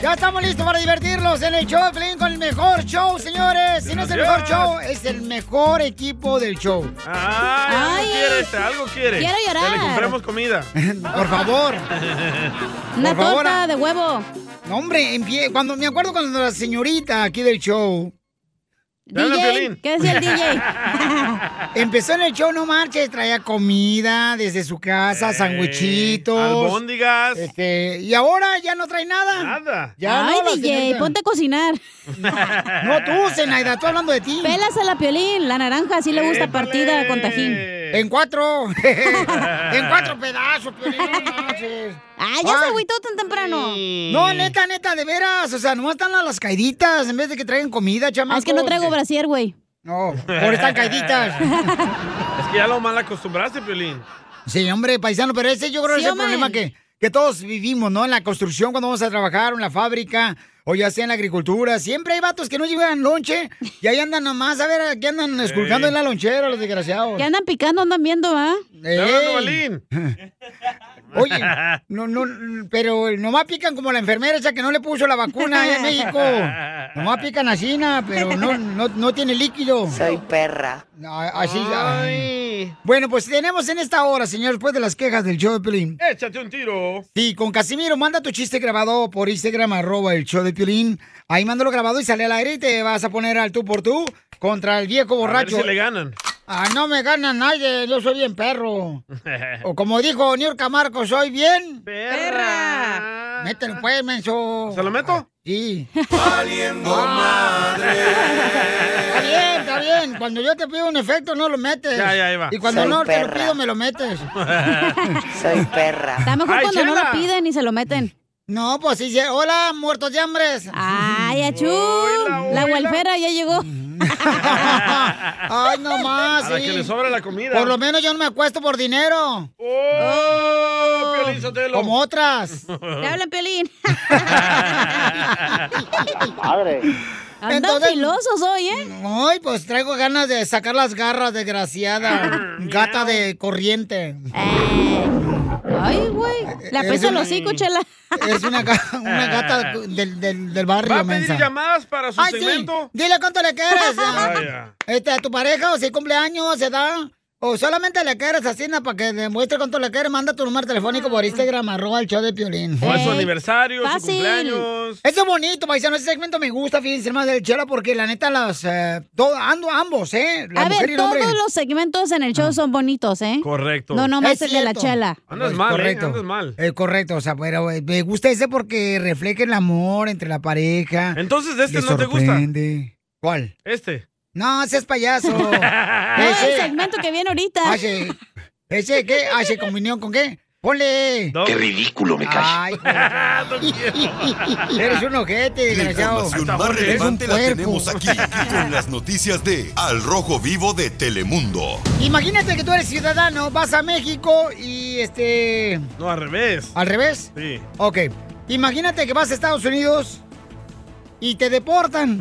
Ya estamos listos para divertirnos en el show, Pelín, con el mejor show, señores. Si no es el mejor show, es el mejor equipo del show. Ah, algo quiere este, algo quiere. Quiero llorar. Que le compremos comida. Por favor. Una Por favor, torta a- de huevo. No, hombre, en pie- cuando me acuerdo cuando la señorita aquí del show. Dale, DJ, Piolín. ¿qué decía el DJ? Empezó en el show, no marches, traía comida desde su casa, sandwichitos. albóndigas. Este, y ahora ya no trae nada. Nada. Ya Ay, no, la DJ, señorita. ponte a cocinar. No, tú, Zenaida, tú hablando de ti. Pelas a la piolín, la naranja, sí le gusta partida con tajín. En cuatro. en cuatro pedazos, Piolín, no marches. Ay, ya se agüitó tan temprano. No, neta, neta, de veras. O sea, nomás están a las caiditas en vez de que traigan comida, chamacos. Ah, es que no traigo brasier, güey. No, por estar ah, caiditas. Es que ya lo mal acostumbraste, Piolín. Sí, hombre, paisano, pero ese yo creo que Sí, es el hombre. problema que, que todos vivimos, ¿no? En la construcción, cuando vamos a trabajar, o en la fábrica, o ya sea en la agricultura. Siempre hay vatos que no llevan lonche y ahí andan nomás, a ver, que andan esculcando en la lonchera, los desgraciados. Que andan picando, andan viendo, ¿ah? ¡Ey! Oye, no, no, pero nomás pican como la enfermera esa que no le puso la vacuna allá en México. Nomás pican así, na, pero no, no, no tiene líquido. Soy perra. así. ay. Bueno, pues tenemos en esta hora, señor, después de las quejas del show de Pelín. Échate un tiro. Sí, con Casimiro, manda tu chiste grabado por Instagram, arroba el show de Piolín. Ahí mándalo grabado y sale al aire y te vas a poner al tú por tú contra el viejo A ver borracho. si le ganan. Ah, no me gana nadie, yo soy bien perro. O como dijo Niurka Marcos, soy bien. Perra. Mételo pues, menso. ¿Se lo meto? Sí. Ah. Está bien, está bien. Cuando yo te pido un efecto, no lo metes. Ya, ya, ahí va. Y cuando Soy no te lo perra. pido, me lo metes. Soy perra. Está mejor cuando no lo piden y se lo meten. No, pues sí, sí. hola, muertos de hambres. Ay, achú. La gualfera ya llegó. Ay, no más. A la que le sobra la comida. Ah, Por lo menos yo no me acuesto por dinero. ¡Oh! Piolín Sotelo. Como otras. Te hablan, Piolín. Padre. Andan filosos hoy, ¿eh? Ay, pues traigo ganas de sacar las garras, desgraciada. Gata de corriente. Ay, Eh, güey. La Eres pesa el una- hocico, chela. Es una, ga- una gata del, del, del barrio, ¿Va a pedir mensa. llamadas para su Ay, segmento? sí. Dile cuánto le quieres. ah. Vaya. este, a tu pareja o si cumpleaños se da. O solamente le quieres así, na, para que demuestre cuánto le quieres. Manda tu número telefónico por Instagram, arroba el show de Piolín. Ah. O es su aniversario, su Fácil. cumpleaños. Eso es bonito, paisano. Ese segmento me gusta, fíjense, más del Chela, porque la neta, las, eh, todo- ando ambos, ¿eh? La A mujer ver, y el hombre. todos los segmentos en el show son bonitos, ¿eh? Correcto. No, no Es más el de la cierto. chela. Andas Es mal, correcto. eh. Andas mal. Eh, correcto, o sea, pero eh, me gusta ese porque refleja el amor entre la pareja. Entonces, ¿este Le no te gusta? sorprende. ¿Cuál? Este. No, seas payaso. Ese segmento que viene ahorita. Hace, ¿Ese qué? ¿Hace comunión con qué? Ponle. Qué ridículo, me cae. Ay, Eres un ojete, La desgraciado. información más relevante la puerco. tenemos aquí, aquí con las noticias de Al Rojo Vivo de Telemundo. Imagínate que tú eres ciudadano, vas a México y este. No, al revés. ¿Al revés? Sí. Ok. Imagínate que vas a Estados Unidos y te deportan,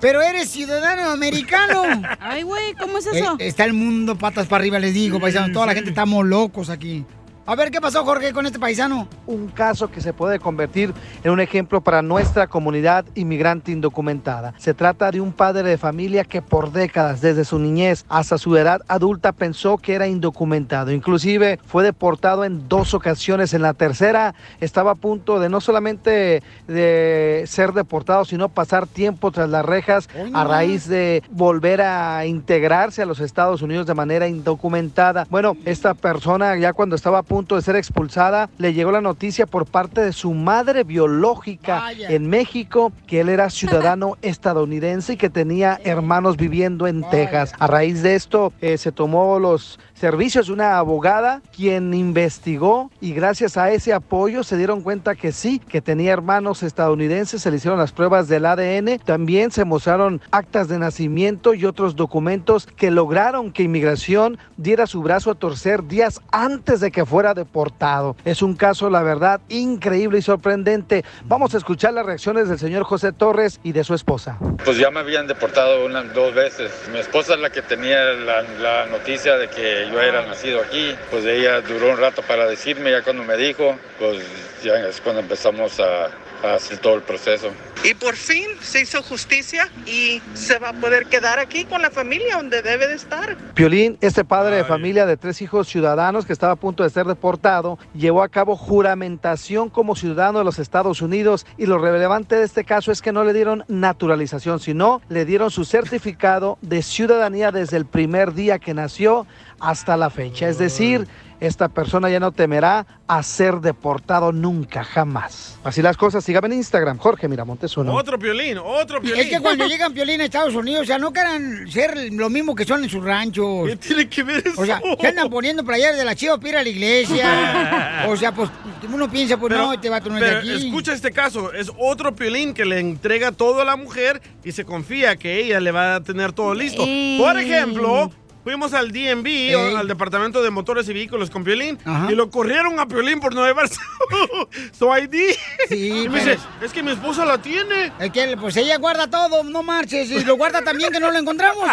pero eres ciudadano americano. Ay, güey, ¿cómo es eso? Mm. Eh, está el mundo patas para arriba, les digo, paisano. Toda la gente estamos locos aquí. A ver qué pasó, Jorge, con este paisano. un caso que se puede convertir en un ejemplo para nuestra comunidad inmigrante indocumentada. Se trata de un padre de familia que por décadas, desde su niñez hasta su edad adulta, pensó que era indocumentado. Inclusive fue deportado en dos ocasiones. En la tercera estaba a punto de no solamente de ser deportado, sino pasar tiempo tras las rejas a raíz de volver a integrarse a los Estados Unidos de manera indocumentada. Bueno, esta persona ya cuando estaba a punto de ser expulsada, le llegó la noticia por parte de su madre biológica Vaya. en México que él era ciudadano estadounidense y que tenía hermanos viviendo en Texas. A raíz de esto eh, se tomó los servicios de una abogada quien investigó y gracias a ese apoyo se dieron cuenta que sí, que tenía hermanos estadounidenses, se le hicieron las pruebas del ADN, también se mostraron actas de nacimiento y otros documentos que lograron que inmigración diera su brazo a torcer días antes de que fuera deportado. Es un caso, la verdad, increíble y sorprendente. Vamos a escuchar las reacciones del señor José Torres y de su esposa. Pues ya me habían deportado una, dos veces. Mi esposa es la que tenía la, la noticia de que yo Ah. era nacido aquí. Pues ella duró un rato para decirme, ya cuando me dijo, pues ya es cuando empezamos a, hacer todo el proceso. Y por fin se hizo justicia y se va a poder quedar aquí con la familia donde debe de estar. Piolín, este padre de familia de tres hijos ciudadanos que estaba a punto de ser deportado, llevó a cabo juramentación como ciudadano de los Estados Unidos y lo relevante de este caso es que no le dieron naturalización, sino le dieron su certificado de ciudadanía desde el primer día que nació hasta la fecha. Es decir, esta persona ya no temerá a ser deportado nunca, jamás. Así las cosas, síganme en Instagram, Jorge Miramontes uno. Otro piolín, otro piolín. Es que cuando llegan piolín a Estados Unidos, o sea, no quieran ser lo mismo que son en sus ranchos. ¿Qué tiene que ver eso? O sea, se andan poniendo playas de la chiva para ir a la iglesia. o sea, pues uno piensa, pues Pero- no, este vato no es de pero aquí. escucha este caso, es otro piolín que le entrega todo a la mujer y se confía que ella le va a tener todo listo. Ey. Por ejemplo, fuimos al DMV, o al Departamento de Motores y Vehículos con Piolín, y lo corrieron a Piolín por no llevar su, su ID. y me dice, es que mi esposa la tiene. Es que, pues ella guarda todo, no marches. Y lo guarda también que no lo encontramos.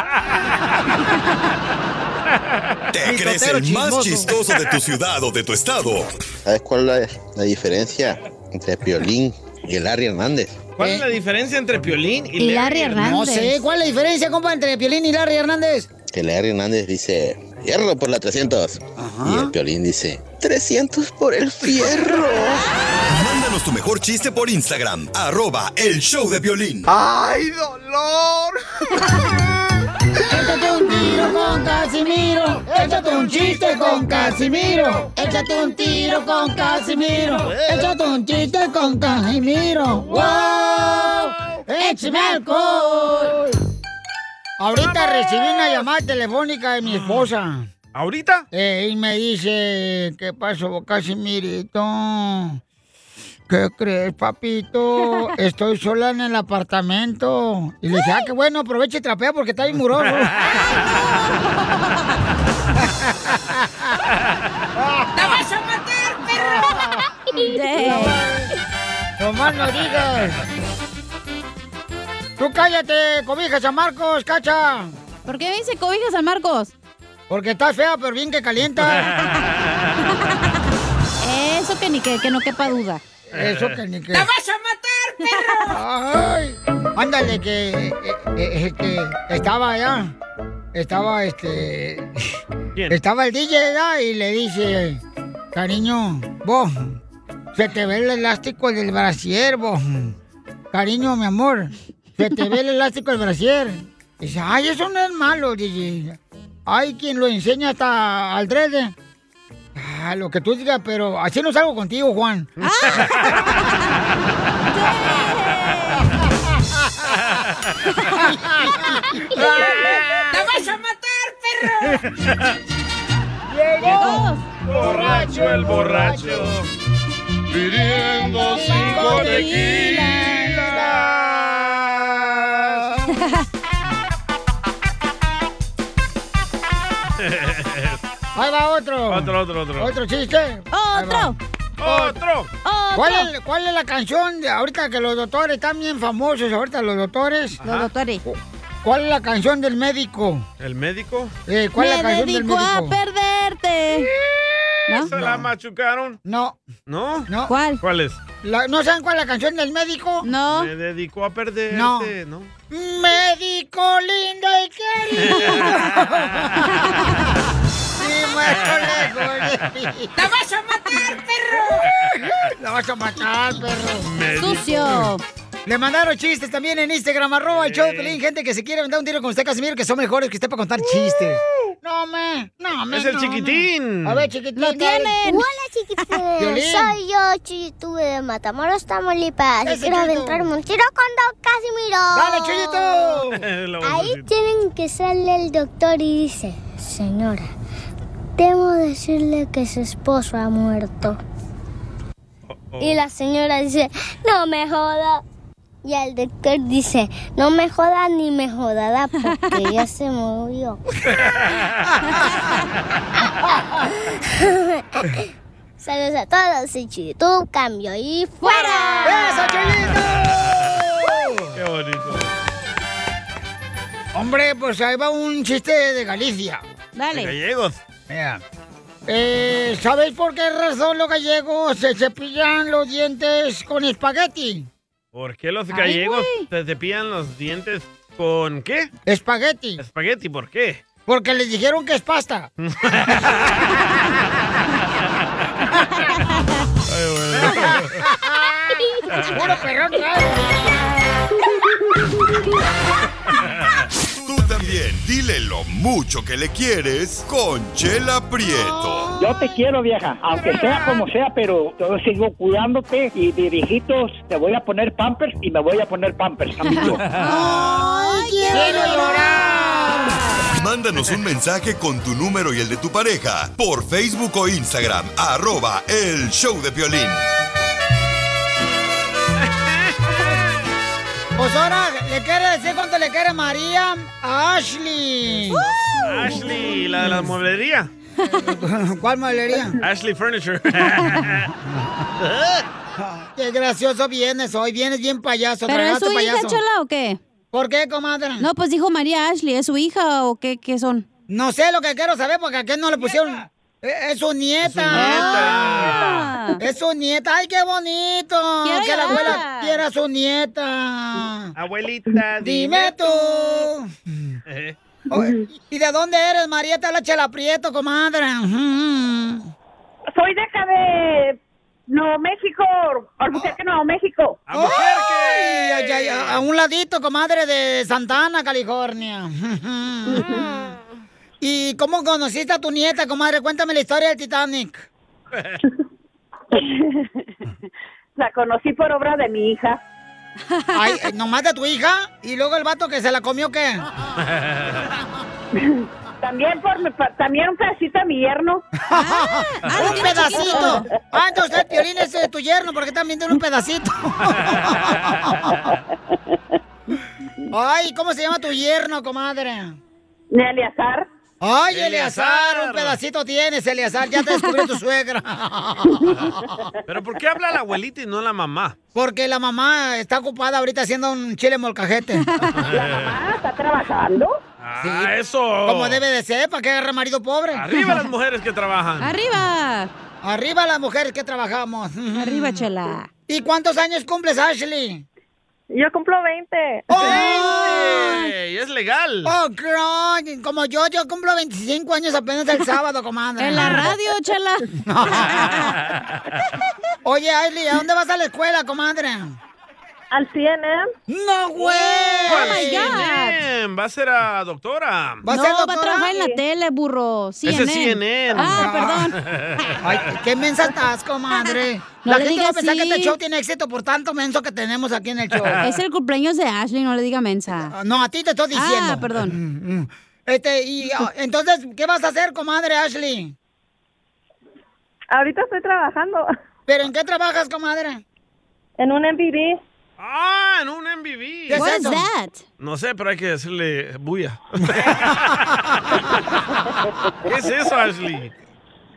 ¿Te crees el más chistoso de tu ciudad o de tu estado? ¿Sabes cuál es la, la diferencia entre Piolín y el Larry Hernández? ¿Cuál es la diferencia entre Piolín y, No sé, ¿cuál es la diferencia, compa, entre Piolín y Larry Hernández? Que el Larry Hernández dice, hierro por la 300. Y el Piolín dice, 300 por el fierro. Mándanos tu mejor chiste por Instagram, arroba el show de violín. ¡Ay, dolor! Échate un tiro con Casimiro. Échate un chiste con Casimiro. Échate un tiro con Casimiro. Échate un chiste con Casimiro. ¡Wow! ¡Échame alcohol! Ahorita recibí una llamada telefónica de mi esposa. Eh, ¿Ahorita? y me dice, ¿qué pasó, Casimirito? ¿Qué crees, papito? Estoy sola en el apartamento. Y le dije, ah, qué bueno, aprovecha y trapea porque está bien muroso. ¡La vas a matar, perro! Nomás no digas. Tú cállate, cobijas a Marcos, cacha. ¿Por qué dice cobijas a Marcos? Porque está fea, pero bien que calienta. Eso que ni que, que no quepa duda. Eso Eh. que ni que. ¡La vas a matar, perro! Ay, ándale, que, eh, eh, este, estaba allá. Estaba este. Estaba el DJ allá y le dice: Cariño, vos, se te ve el elástico del brasier, vos. Cariño, mi amor, se te ve el elástico del brasier. Dice: Ay, eso no es malo, DJ. Hay quien lo enseña hasta al 3 Ah, lo que tú digas, pero así no salgo contigo, Juan. ¡La vas a matar, perro! Llegó borracho el borracho pidiendo cinco tequilas. Ahí va otro. Otro, otro, otro. ¿Otro chiste? ¡Otro! ¡Otro! ¿Cuál es, cuál es la canción de ahorita que los doctores están bien famosos? Ahorita los doctores. Los doctores. ¿Cuál es la canción del médico? ¿El médico? Eh, ¿Cuál es la canción del médico? perderte. ¿No? ¿Se la machucaron? No. ¿No? No. ¿Cuál? ¿Cuál es? La- ¿No saben cuál es la canción del médico? No. Me dedicó a perderte, No. ¿no? Médico lindo y querido. Y muerto lejos de ti. ¡La vas a matar, perro! La vas a matar, perro. Médico. Sucio. Le mandaron chistes también en Instagram, arroba el show de Pelín, gente que se quiere aventar un tiro con usted, Casimiro, que son mejores que usted para contar chistes. No, me, no, me. Es el no, chiquitín. me. A ver, chiquitín. ¡Lo dale. tienen! ¡Hola, Violín. chiquitín! Soy yo, Chuyito de Matamoros, Tamaulipas. Y Ese quiero Chuyito. aventarme un tiro con Don Casimiro. Lo Ahí tienen que sale el doctor y dice, señora, temo decirle que su esposo ha muerto. Y la señora dice, no me joda. Y el doctor dice, no me joda ni me jodará porque ya se murió. Saludos a todos y Chuyito, cambio y fuera. Qué bonito. Hombre, pues ahí va un chiste de Galicia. De Gallegos. Mira. Eh, ¿Sabéis por qué razón los gallegos se cepillan los dientes con espagueti? ¿Por qué los Ay, gallegos te cepillan los dientes con qué? Espagueti. Espagueti, ¿por qué? Mm. Porque les dijeron que es pasta. Puro perrón Tú también, dile lo mucho que le quieres con Chela Prieto. Yo te quiero, vieja, aunque sea como sea, pero yo sigo cuidándote y de viejitos te voy a poner pampers y me voy a poner pampers, amigo. ¡Ay, quiero llorar! Mándanos un mensaje con tu número y el de tu pareja por Facebook o Instagram, arroba el show de violín. Pues ahora le quiere decir cuánto le quiere María a Ashley. Ashley, la de la mueblería. Mm. ¿Cuál mueblería? Ashley Furniture. Ah, Qué gracioso vienes hoy, vienes bien payaso. ¿Pero es tragaste su hija, payaso. Chola, o qué? ¿Por qué, comadre? No, pues dijo María Ashley, ¿es su hija o qué, qué son? No sé lo que quiero saber porque aquí no le pusieron. Eh, Es su nieta. Ah. Es su nieta. ¡Ay, qué bonito! Quiero que la llorar. abuela quiera a su nieta. Abuelita, Dime tú. Oye, ¿Y de dónde eres, Marieta la Chela Prieto, comadre? Soy de acá de Nuevo México, Albuquerque, Nuevo México. ¡Ay, ay, ay! A a un ladito, comadre, de Santana, California. ¿Y cómo conociste a tu nieta, comadre? Cuéntame la historia del Titanic. La conocí por obra de mi hija. Ay, nomás de tu hija y luego el vato que se la comió, ¿qué? También por mi pa- también un pedacito a mi yerno. Ah, ¡Un pedacito! Ah, entonces el piolín es eh, tu yerno, porque también tiene un pedacito. Ay, ¿cómo se llama tu yerno, comadre? Eleazar. Ay, Eleazar. Eleazar, un pedacito tienes, Eleazar. Ya te descubrió tu suegra. ¿Pero por qué habla la abuelita y no la mamá? Porque la mamá está ocupada ahorita haciendo un chile molcajete. ¿Está trabajando? Ah, eso. Como debe de ser, para que agarre marido pobre. Arriba las mujeres que trabajan. ¡Arriba! ¡Arriba las mujeres que trabajamos! ¡Arriba, chela! ¿Y cuántos años cumples, Ashley? Yo cumplo 20. Ey, es legal. ¡Oh, girl! Como yo, yo cumplo 25 años apenas el sábado, comadre. En la radio, chela. Oye, Ashley, ¿a dónde vas a la escuela, comadre? Al ¿eh? CNN. ¡No, güey! Pues ¡Oh, Oh, Sí, bien, Va a ser a doctora. no, va a trabajar en la tele, burro. Ese CNN. es CNN. Ah, perdón. Ay, qué mensa estás, comadre. No la le gente va a digas pensar que este así. show tiene éxito por tanto menso que tenemos aquí en el show. Es el cumpleaños de Ashley, no le diga mensa. Ah, No, a ti te estoy diciendo. Mm. Ah, perdón. Este, y ah, entonces, ¿qué vas a hacer, comadre Ashley? Ahorita estoy trabajando. ¿Pero en qué trabajas, comadre? En un MVD. Ah, en un MVB. ¿Qué es What is eso? that? No sé, pero hay que decirle bulla. ¿Qué es eso, Ashley?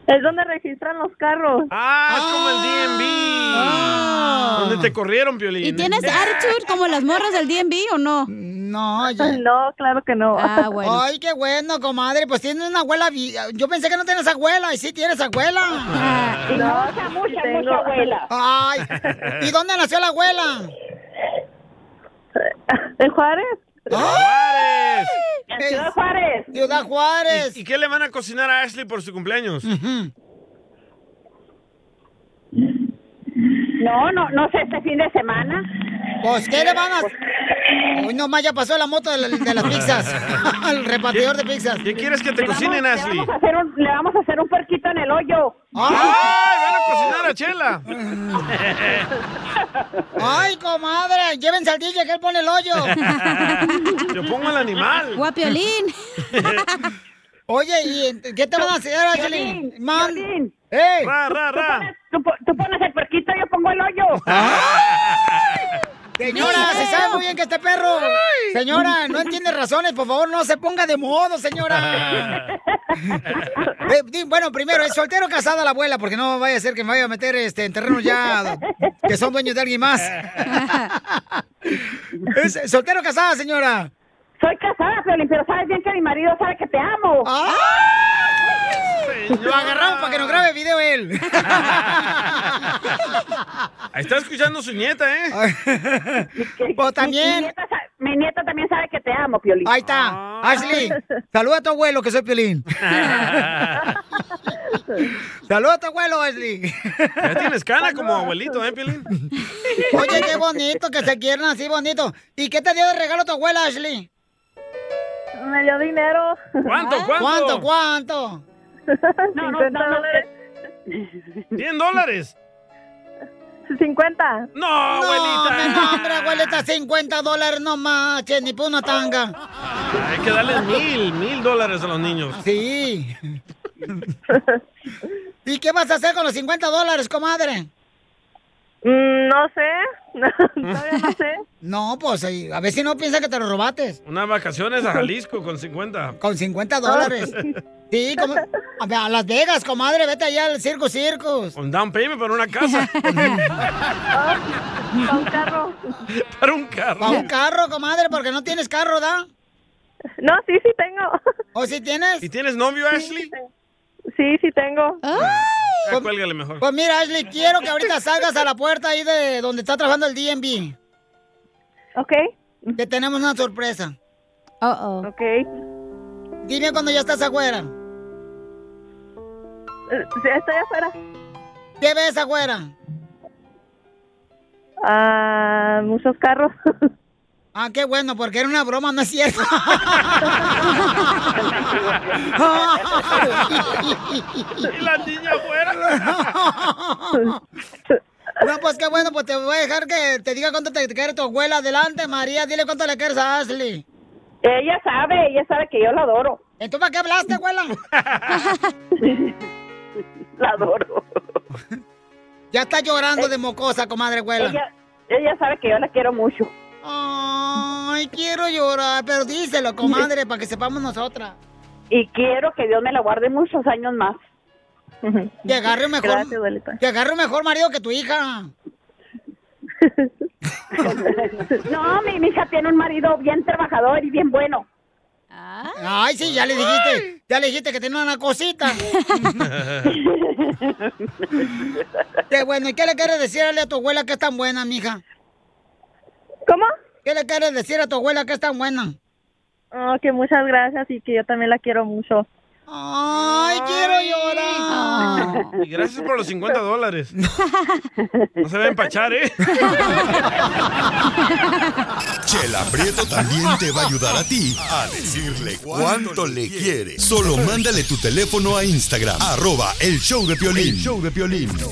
Es donde registran los carros. Ah. Ah, es como el DMV. Ah. ¿Dónde te corrieron, Piolín? ¿Y tienes attitude como las morras del DMV o no? No, No, claro que no. Ah, bueno. Ay, qué bueno, comadre. Pues tienes una abuela. vi- Yo pensé que no tienes abuela, y sí tienes abuela. No, mucha, mucha, mucha abuela. Ay, ¿y dónde nació la abuela? ¿En Juárez? ¡Juárez! En Ciudad Juárez. Ciudad Juárez. ¿Y, y qué le van a cocinar a Ashley por su cumpleaños? No, no, no sé, este fin de semana. Pues, ¿qué le van a...? Uy, nomás ya pasó la moto de, la- de las pizzas. El repartidor de pizzas. ¿Qué quieres que te cocinen, Ashley? Vamos a hacer un- le vamos a hacer un puerquito en el hoyo. ¡Ay, van a cocinar a Chela! Ay, comadre, llévense al DJ que él pone el hoyo. Yo pongo al animal. Guapiolín. Oye, ¿y en- qué te van a hacer, Ashley? Man. ¡Ey! Ra, ra, ra. Tú, po- tú pones el puerquito, yo pongo el hoyo. Señora, se sabe muy bien que este perro. Señora, no entiende razones, por favor, no se ponga de modo, señora. Eh, di- bueno, primero, ¿es soltero o casada la abuela? Porque no vaya a ser que me vaya a meter este, en terrenos ya que son dueños de alguien más. ¿Es soltero o casada, señora? Soy casada, Piolín, pero sabes bien que mi marido sabe que te amo. ¡Ah! Lo agarramos para que nos grabe video él. Está escuchando su nieta, ¿eh? Pues también. Mi nieta, también sabe que te amo, Piolín. Ah. Ahí está. Ashley, saluda a tu abuelo, que soy Piolín. saluda a tu abuelo, Ashley. Ya tienes cana como abuelito, ¿eh, Piolín? Oye, qué bonito que se quieran así, bonito. ¿Y qué te dio de regalo tu abuela, Ashley? Me dio dinero. ¿Cuánto, ¿Ah? cuánto? ¿Cuánto, cuánto? No, no, 50 no, dólares. ¿100 dólares? 50. No, abuelita. No, mi nombre, abuelita, 50 dólares no manches, ni por una tanga. Hay que darles mil, mil dólares a los niños. Sí. ¿Y qué vas a hacer con los 50 dólares, comadre? Mm, No sé, todavía no sé. No, pues ahí, a ver si no piensa que te lo robates. Unas vacaciones a Jalisco con 50. Con 50 dólares. Sí, como, a ver, a Las Vegas, comadre, vete allá al Circo Circus. Un down payment para una casa. Oh, Para un carro. para un carro. Para un carro, comadre, porque no tienes carro, ¿da? No, sí, sí tengo. ¿O sí tienes? ¿Y tienes novio, Ashley? Sí, sí tengo. Ah, cuélgale mejor. Pues mira, Ashley, quiero que ahorita salgas a la puerta ahí de donde está trabajando el DMV. Ok. Que tenemos una sorpresa. Oh, oh. Ok. Dime cuando ya estás afuera. Eh, Estoy afuera. ¿Qué ves afuera? Ah, muchos carros. Ah, qué bueno, porque era una broma, no es cierto. Y la niña afuera. No, pues qué bueno, pues te voy a dejar que te diga cuánto te quiere tu abuela. Adelante, María, dile cuánto le quieres a Ashley. Ella sabe, ella sabe que yo la adoro. ¿Entonces para qué hablaste, abuela? La adoro. Eh, Ya está llorando de mocosa, comadre, abuela. Ella, ella sabe que yo la quiero mucho. Ay, quiero llorar, pero díselo, comadre, para que sepamos nosotras. Y quiero que Dios me la guarde muchos años más. Que agarre un mejor, Gracias, abuelita. que agarre un mejor marido que tu hija. No, mi, mi hija tiene un marido bien trabajador y bien bueno. Ay, sí, ya le dijiste, ya le dijiste que tenía una cosita. Qué bueno, ¿y qué le quieres decirle a tu abuela que es tan buena, mija? ¿Cómo? ¿Qué le quieres decir a tu abuela que es tan buena? Oh, que muchas gracias y que yo también la quiero mucho. Ay, quiero llorar. Y gracias por los 50 dólares. No se va a empachar, ¿eh? Chela Prieto también te va a ayudar a ti a decirle cuánto le quiere. Solo mándale tu teléfono a Instagram, arroba el show de Piolín. El show de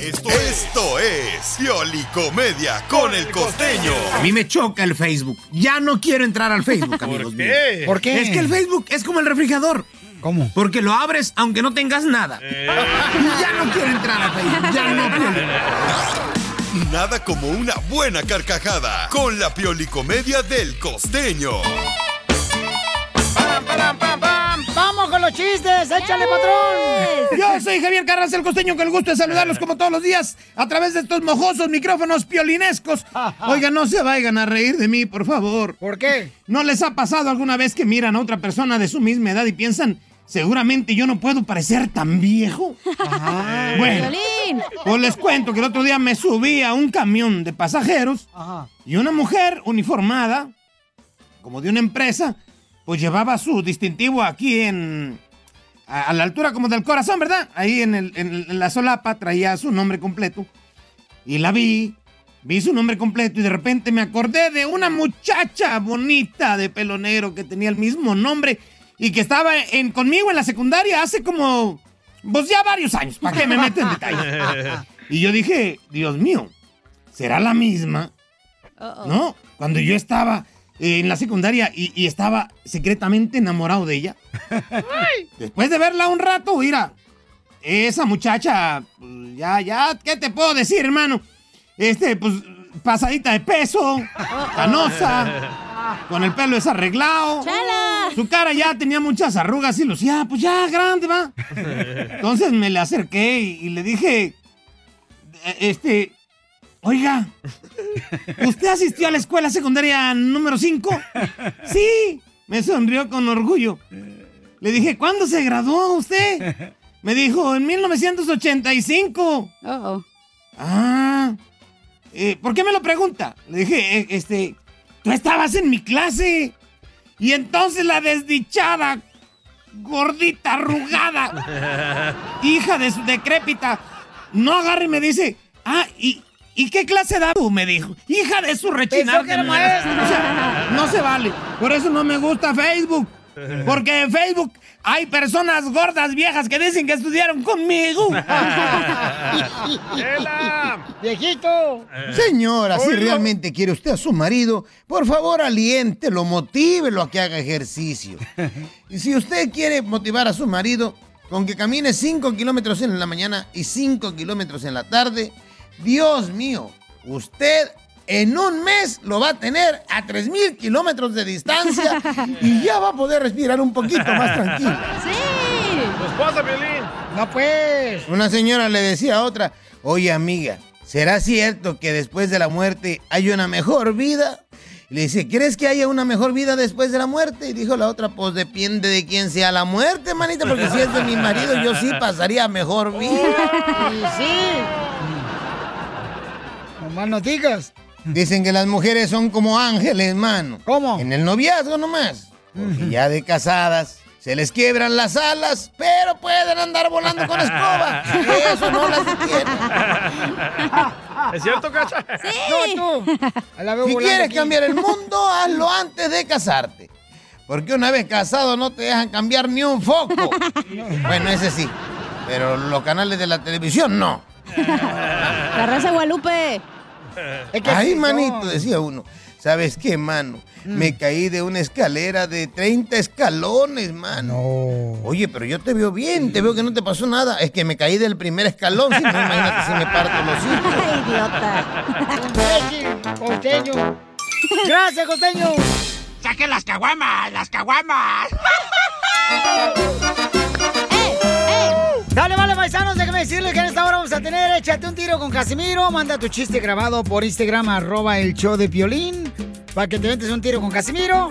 Esto, esto es Pioli Comedia con el costeño. A mí me choca el Facebook. Ya no quiero entrar al Facebook, amigos. míos. qué? ¿Por qué? Es que el Facebook es como el refrigerador. ¿Cómo? Porque lo abres aunque no tengas nada. Eh. Ya no quiero entrar al Facebook. Ya no Nada como una buena carcajada con la Pioli Comedia del costeño. ¡Vamos con los chistes! ¡Échale, patrón! Yo soy Javier Carranza el Costeño, con el gusto de saludarlos como todos los días a través de estos mojosos micrófonos piolinescos. Oigan, no se vayan a reír de mí, por favor. ¿Por qué? ¿No les ha pasado alguna vez que miran a otra persona de su misma edad y piensan, seguramente yo no puedo parecer tan viejo? Bueno, pues les cuento que el otro día me subí a un camión de pasajeros y una mujer uniformada, como de una empresa, pues llevaba su distintivo aquí en. a, a la altura como del corazón, ¿verdad? Ahí en, el- en- en la solapa traía su nombre completo. Y la vi, vi su nombre completo y de repente me acordé de una muchacha bonita de pelo negro que tenía el mismo nombre y que estaba en, conmigo en la secundaria hace como. pues ya varios años. ¿Para qué me meto en detalles? Y yo dije, Dios mío, ¿será la misma? Oh. ¿no? Cuando yo estaba eh, en la secundaria y, y estaba secretamente enamorado de ella. Después de verla un rato, mira, esa muchacha, pues, ya, ya, ¿qué te puedo decir, hermano? Este, pues, pasadita de peso, Oh. canosa, con el pelo desarreglado. Su cara ya tenía muchas arrugas y lucía, pues ya, grande, va. Entonces me le acerqué y, y le dije, eh, este, oiga, ¿usted asistió a la escuela secundaria número 5? Sí, me sonrió con orgullo. Le dije, ¿cuándo se graduó usted? Me dijo, en 1985. Ah. eh, ¿Por qué me lo pregunta? Le dije, "Eh, este, tú estabas en mi clase. Y entonces la desdichada, gordita, arrugada, hija de su decrépita, no agarra y me dice, ah, ¿y, ¿y qué clase da tú? Me dijo, hija de su rechinada. era maestro. no se vale. Por eso no me gusta Facebook. Porque en Facebook hay personas gordas viejas que dicen que estudiaron conmigo. ¡Viejito! Señora, si realmente quiere usted a su marido, por favor aliéntelo, motívelo a que haga ejercicio. Y si usted quiere motivar a su marido con que camine 5 kilómetros en la mañana y 5 kilómetros en la tarde, Dios mío, usted en un mes lo va a tener a 3.000 kilómetros de distancia y ya va a poder respirar un poquito más tranquilo. ¡Sí! ¡Tu esposa, Piolín! No, pues. Una señora le decía a otra, oye amiga, ¿será cierto que después de la muerte hay una mejor vida? Y le dice, ¿crees que haya una mejor vida después de la muerte? Y dijo la otra, pues depende de quién sea la muerte, manita, porque si es de mi marido, yo sí pasaría mejor vida. Nomás no digas. Dicen que las mujeres son como ángeles, mano. ¿Cómo? En el noviazgo nomás. Porque ya de casadas se les quiebran las alas, pero pueden andar volando con escoba. Eso no las detiene. ¿Es cierto, Cacha? No, tú. A la veo Si volando quieres aquí. cambiar el mundo, hazlo antes de casarte. Porque una vez casado no te dejan cambiar ni un foco. Bueno, ese sí. Pero los canales de la televisión no. La raza Guadalupe. Ay, manito, decía uno. ¿Sabes qué, mano? Mm. Me caí de una escalera de 30 escalones, mano. Oye, pero yo te veo bien, te veo que no te pasó nada. Es que me caí del primer escalón, si no, imagínate si me parto los hijos. idiota! ¡Costeño! ¡Gracias, costeño! ¡Saquen las caguamas! ¡Las caguamas! Dale, vale, paisanos, déjenme decirles que en esta hora vamos a tener Échate un tiro con Casimiro. Manda tu chiste grabado por Instagram, arroba el show de Piolín, para que te ventes un tiro con Casimiro.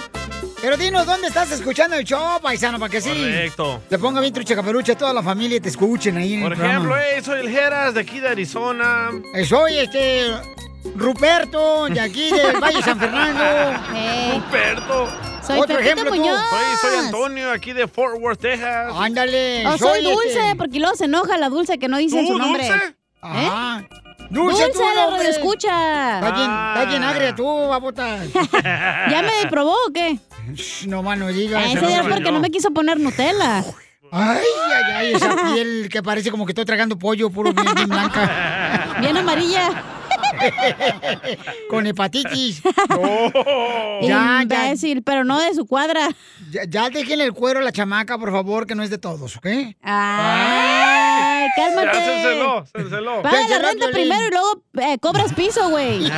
Pero dinos, ¿dónde estás escuchando el show, paisano? Para que sí. Correcto. Te ponga bien trucha caperucha, toda la familia y te escuchen ahí en Por el ejemplo, programa. eh, soy el Geras de aquí de Arizona. Eh, Soy este Ruperto, de aquí del Valle de San Fernando. Ruperto. Soy Otro Pepito ejemplo, tú. Muñoz. Soy, soy Antonio, aquí de Fort Worth, Texas. Ándale. O Oh, soy dulce, este. porque luego se enoja la dulce que no dice ¿Tú, su nombre. ¿Eh? Dulce? Ah. Ajá. Dulce, Dulce, dulce tú, la hombre. radioescucha. Está bien, está bien agria tú, babota. ¿Ya me probó o qué? Ah, No más no digas. Ese era porque no me quiso poner Nutella. Ay, ay, ay, esa piel que parece como que estoy tragando pollo puro bien, bien blanca. Bien amarilla. Con hepatitis. Imbécil, pero no de su cuadra. Ya, ya déjenle el cuero a la chamaca, por favor, que no es de todos, ¿ok? Ay, cálmate. Ya, cénselo, cénselo. Paga la Cénselo, renta Piolín. primero y luego eh, cobras piso, güey.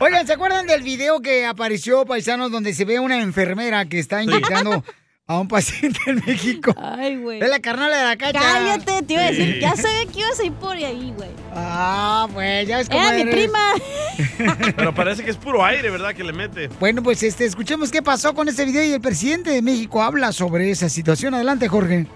Oigan, ¿se acuerdan del video que apareció, paisanos, donde se ve una enfermera que está inyectando a un paciente en México? Ay, güey. Es la carnala de la cacha. Cállate, te iba a decir. Ya sabía que ibas a ir por ahí, güey. Ah, pues ya es como. Era mi prima. Pero parece que es puro aire, ¿verdad? Que le mete. Bueno, pues este, escuchemos qué pasó con este video y el presidente de México habla sobre esa situación. Adelante, Jorge.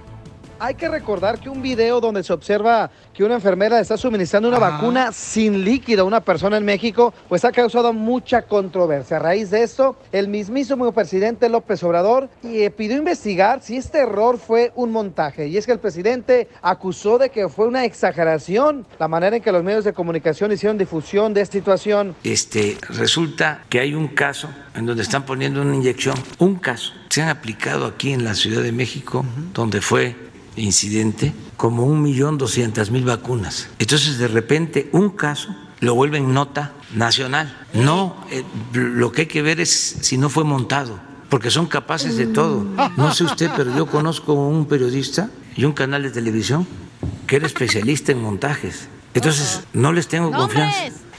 Hay que recordar que un video donde se observa que una enfermera está suministrando una vacuna sin líquido a una persona en México, pues ha causado mucha controversia. A raíz de esto, el mismísimo presidente López Obrador eh, pidió investigar si este error fue un montaje. Y es que el presidente acusó de que fue una exageración la manera en que los medios de comunicación hicieron difusión de esta situación. Este, resulta que hay un caso en donde están poniendo una inyección, un caso. Se han aplicado aquí en la Ciudad de México, donde fue incidente, como un millón doscientas mil vacunas. Entonces, de repente, un caso lo vuelven nota nacional. No, eh, lo que hay que ver es si no fue montado, porque son capaces de todo. No sé usted, pero yo conozco un periodista y un canal de televisión que era especialista en montajes. Entonces, no les tengo confianza.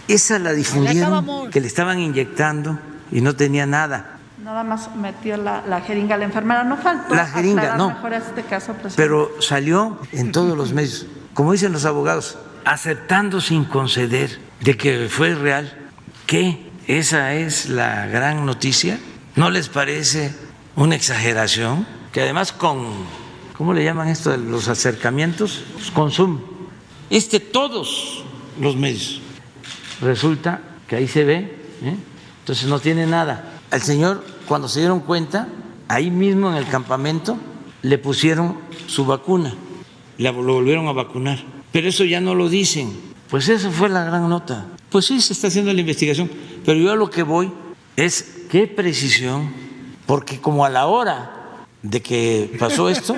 Esa la difundieron, estábamos. que le estaban inyectando y no tenía nada. Nada más metió la, la jeringa la enfermera, no faltó. La jeringa, aclarar no. Mejor este caso, presidente. Pero salió en todos los medios, como dicen los abogados, aceptando sin conceder de que fue real, que esa es la gran noticia. ¿No les parece una exageración? Que además con ¿cómo le llaman esto de los acercamientos? Con Zoom. Este todos los medios. Resulta que ahí se ve, ¿eh? entonces no tiene nada. Al señor, cuando se dieron cuenta, ahí mismo en el campamento le pusieron su vacuna, la- lo volvieron a vacunar. Pero eso ya no lo dicen. Pues esa fue la gran nota. Pues sí, se está haciendo la investigación, pero yo a lo que voy es qué precisión, porque como a la hora de que pasó esto,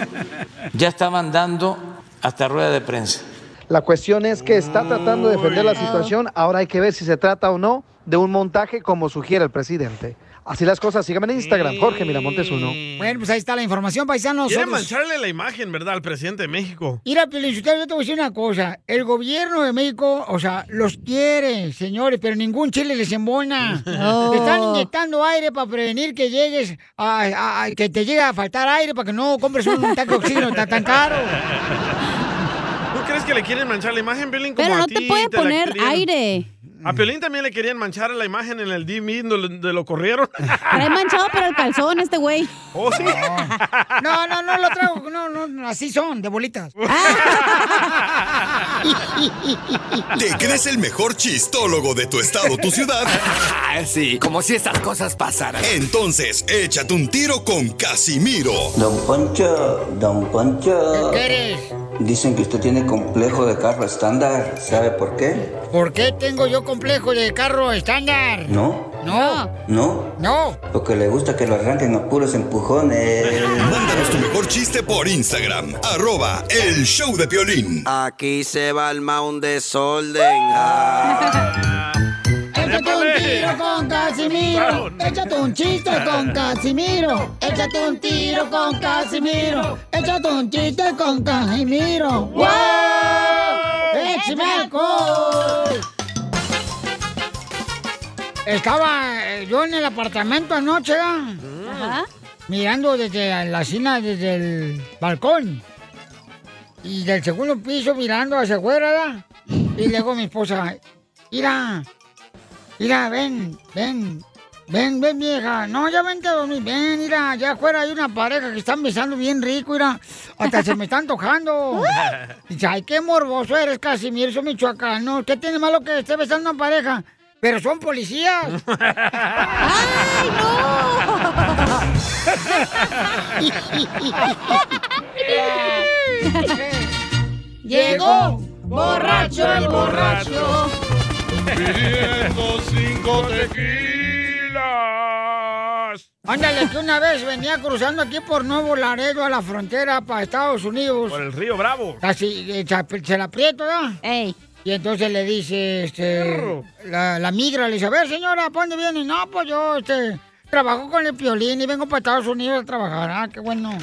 ya estaban dando hasta rueda de prensa. La cuestión es que está tratando de defender la situación. Ahora hay que ver si se trata o no de un montaje como sugiere el presidente. Así las cosas. Síganme en Instagram, Jorge Miramontes uno. Bueno, pues ahí está la información, paisanos. Quiere Nosotros- mancharle la imagen, ¿verdad? Al presidente de México. Mira, Piolín, Sotelo, yo te voy a decir una cosa. El gobierno de México, o sea, los quiere, señores, pero ningún chile les embona. No. Te están inyectando aire para prevenir que llegues a, a- a- que te llegue a faltar aire para que no compres un tanque de oxígeno tan, tan caro. ¿Tú crees que le quieren manchar la imagen, Piolín? Como Pero a no te ti puede la poner querían- aire. A Piolín también le querían manchar la imagen en el DMI donde lo corrieron. Trae manchado pero el calzón este güey. ¿Oh, sí? No, no, no lo traigo. No, no, no, así son, de bolitas. Ah. ¿Te crees el mejor chistólogo de tu estado o tu ciudad? Ah, sí, como si estas cosas pasaran. Entonces, échate un tiro con Casimiro. Don Poncho, don Poncho. ¿Qué eres? Dicen que usted tiene complejo de carro estándar. ¿Sabe por qué? ¿Por qué tengo yo complejo de carro estándar? ¿No? Ah. No, ¿No? no. Porque le gusta que lo arranquen a puros empujones. Mándanos tu mejor chiste por Instagram, arroba el show de violín. Aquí se va el mound desorden. Échate un tiro con Casimiro. Échate un chiste con Casimiro. Échate un tiro con Casimiro. Échate un chiste con Casimiro. ¡Wow! ¡Échame alcohol! Estaba eh, yo en el apartamento anoche, ¿verdad? mirando desde la cena, desde el balcón. Y del segundo piso mirando hacia afuera, ¿verdad? Y luego mi esposa, mira, mira, ven, ven, ven, ven, vieja. No, ya vente a dormir, ven, mira, allá afuera hay una pareja que están besando bien rico, mira. Hasta se me están antojando. Dice, ay, qué morboso eres, Casimir, soy michoacano. ¿Qué tiene malo que esté besando a una pareja? Pero son policías. ¡Ay, Llegó borracho el borracho. Pidiendo cinco tequilas. Ándale, que una vez venía cruzando aquí por Nuevo Laredo a la frontera para Estados Unidos. Por el río Bravo. Casi eh, cha- se la aprieto, ¿no? Y entonces le dice, este, Perro. la, la migra, le dice, a ver, señora, ¿para dónde viene? No, pues yo, este, trabajo con el piolín y vengo para Estados Unidos a trabajar. Ah, qué bueno.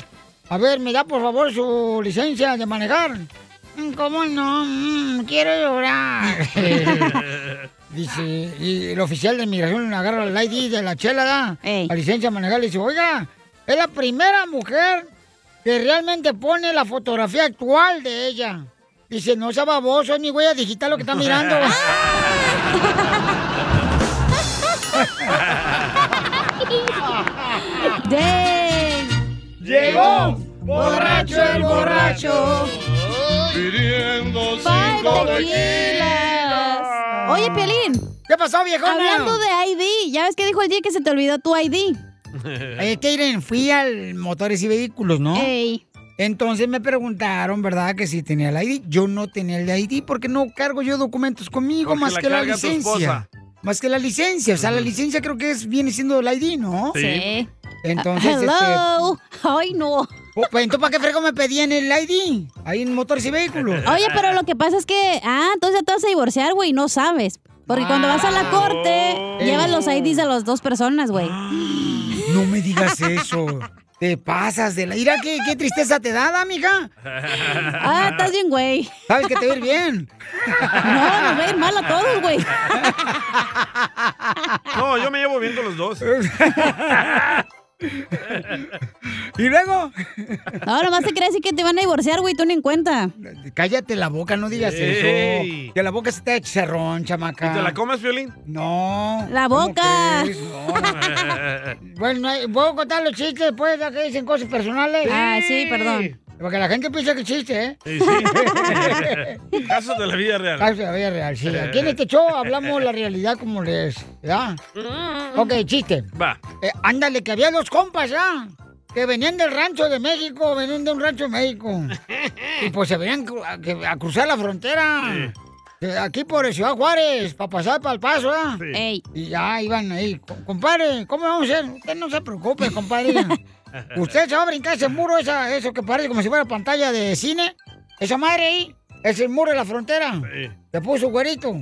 A ver, ¿me da por favor su licencia de manejar? "Mm, ¿Cómo no? Mm, quiero llorar. Dice, y el oficial de inmigración agarra el ID de la chela, da, la licencia de manejar, le dice, oiga, es la primera mujer que realmente pone la fotografía actual de ella. Dice, no sea baboso, es mi huella digital lo que está mirando. Ah, Ah. Llegó borracho el borracho. Pidiendo cinco tequilas. Oye, Pielín. ¿Qué pasó, viejona? Hablando de ID, ya ves que dijo el día que se te olvidó tu ID. Es que Irene, fui al motores y vehículos, ¿no? Entonces me preguntaron, ¿verdad? Que si tenía el ID. Yo no tenía el ID porque no cargo yo documentos conmigo Porque más la que la carga tu licencia. esposa. Más que la licencia. O sea, la licencia creo que es, viene siendo el ID, ¿no? Sí. Entonces, este, Hello. Ay, no. Oh, pues, Entonces, ¿para qué frego me pedían el ID? Ahí en motores y vehículos. Oye, pero lo que pasa es que, ah, entonces ya te vas a divorciar, güey, no sabes. Porque cuando vas a Ah. la corte, Oh. llevas los IDs de las dos personas, güey. No me digas eso. Te pasas de la ira. ¿Qué, qué tristeza te da, amiga? Ah, estás bien, güey. Sabes que te va a ir bien. No, nos va a ir mal a todos, güey. No, yo me llevo bien con los dos. ¿Y luego? No, nomás te crees que te van a divorciar, güey, tú ni en cuenta. Cállate la boca, no digas Ey. eso. Que la boca se te eche cerrón, chamaca. ¿Y te la comes, Violín? No. La ¿cómo boca. crees? pues, Bueno, ¿puedo contar los chistes después de que dicen cosas personales? Ah, sí, perdón. Porque la gente piensa que existe, ¿eh? Sí, sí. Casos de la vida real. Casos de la vida real, sí. Aquí en este show hablamos la realidad como les, ¿verdad? Ok, chiste. Va. Eh, ándale, que había dos compas, ¿ya? Que venían del rancho de México, venían de un rancho de México. Y pues se venían cru- a, que- a cruzar la frontera. Eh, Aquí por Ciudad Juárez, para pasar para el paso, ¿ah? Y ya iban ahí. "Co- Compadre, ¿cómo vamos a hacer? Usted no se preocupe, compadre. Usted se va a brincar ese muro, esa, eso que parece como si fuera pantalla de cine. Esa madre ahí, es el muro de la frontera. Se puso güerito,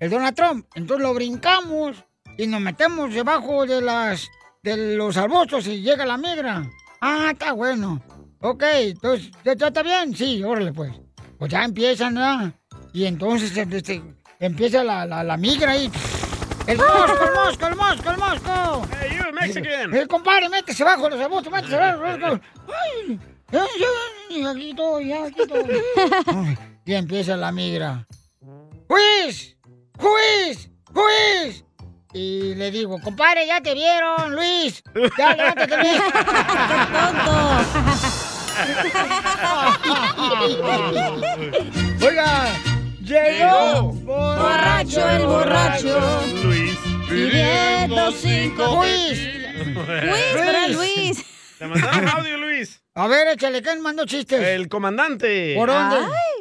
el Donald Trump. Entonces lo brincamos y nos metemos debajo de las de los arbustos y llega la migra. Ah, está bueno. Ok, entonces, ¿ya, ya está bien? Sí, órale pues. Pues ya empiezan, ¿verdad? Y entonces este, empieza la, la, la migra ahí. ¡El mosco, el mosco, el mosco, el mosco! ¡Hey, you, Mexican! Eh, compadre, métese bajo los arbustos, métese bajo los arbustos. ¡Ay! eh, Ya, ya, aquí estoy, ya, aquí estoy. Ay, Y empieza la migra. ¡Luis! ¡Luis! ¡Luis! Y le digo, compadre, ya te vieron, Luis. Ya, levántate bien. ¡Qué tonto! Oiga, llegó borracho el borracho. Luis. Pidiendo cinco Luis. Luis, ¿verdad, Luis? Te mandaron audio, Luis. A ver, échale, ¿quién mandó chistes? El comandante. ¿Por dónde?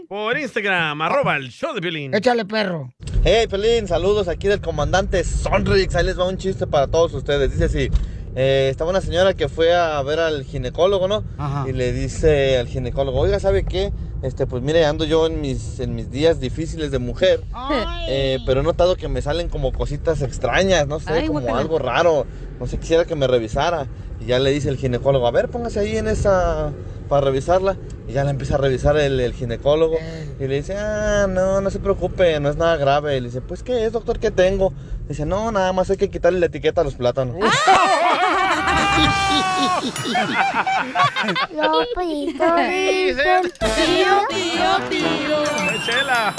Por Instagram, arroba el show de Piolín. Échale, perro. Hey, Pelín, saludos aquí del comandante Sonrix. Ahí les va un chiste para todos ustedes. Dice así: eh, Estaba una señora que fue a ver al ginecólogo, ¿no? Y le dice al ginecólogo: Oiga, ¿sabe qué? Este, pues mire, ando yo en mis, en mis días difíciles de mujer, eh, pero he notado que me salen como cositas extrañas, no sé, Ay, como guácala. algo raro. No sé, quisiera que me revisara. Y ya le dice el ginecólogo: A ver, póngase ahí en esa. para revisarla. Y ya la empieza a revisar el, el ginecólogo. Eh. Y le dice: Ah, no, no se preocupe, no es nada grave. Y le dice: Pues, ¿qué es, doctor? ¿Qué tengo? Dice: No, nada más hay que quitarle la etiqueta a los plátanos. Lopito, dicen, tío, tío, tío. Chela.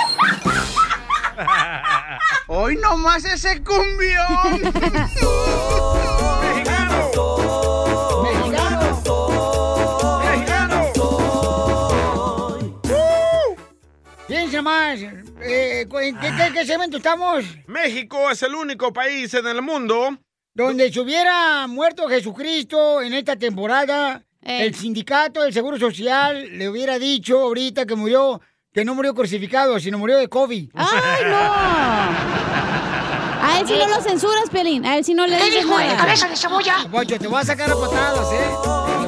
Ah. Hoy nomás ese cumbión. Mexicano. Mexicano. Mexicano. Piensa más. Eh, cu- ¿En qué, qué, qué segmento estamos? México es el único país en el mundo. Donde si hubiera muerto Jesucristo en esta temporada, el sindicato del Seguro Social le hubiera dicho ahorita que murió, que no murió crucificado, sino murió de COVID. ¡Ay, A él sí no lo censuras, Pelín. A él sí no le ¿Qué dices dijo el nada. cabeza de cebolla? Poncho, te voy a sacar a patadas, ¿eh?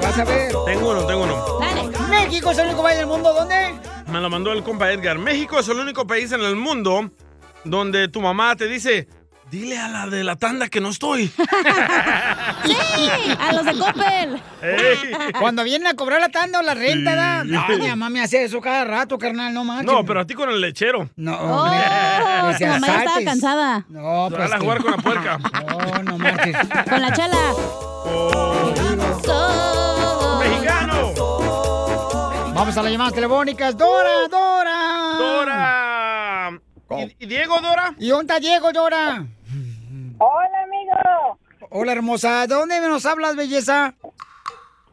Vas a ver. Tengo uno, tengo uno. México es el único país del mundo donde Me lo mandó el compa Edgar. México es el único país en el mundo donde tu mamá te dice, dile a la de la tanda que no estoy. ¡Sí! A los de Coppel. Cuando vienen a cobrar la tanda o la renta, Sí. da- no, mi mamá me hace eso cada rato, carnal, no manches. No, pero a ti con el lechero. No, hombre. Oh, tu mamá ya estaba cansada. No, pues Van a jugar con la puerca. No, no manches. Con la chala. ¡Mexicano! Vamos a las llamadas telefónicas. ¡Dora, Dora! ¡Dora! ¿Y, y Diego, Dora? ¿Y dónde está Diego, Dora? Hola, amigo. Hola, hermosa. ¿De dónde nos hablas, belleza?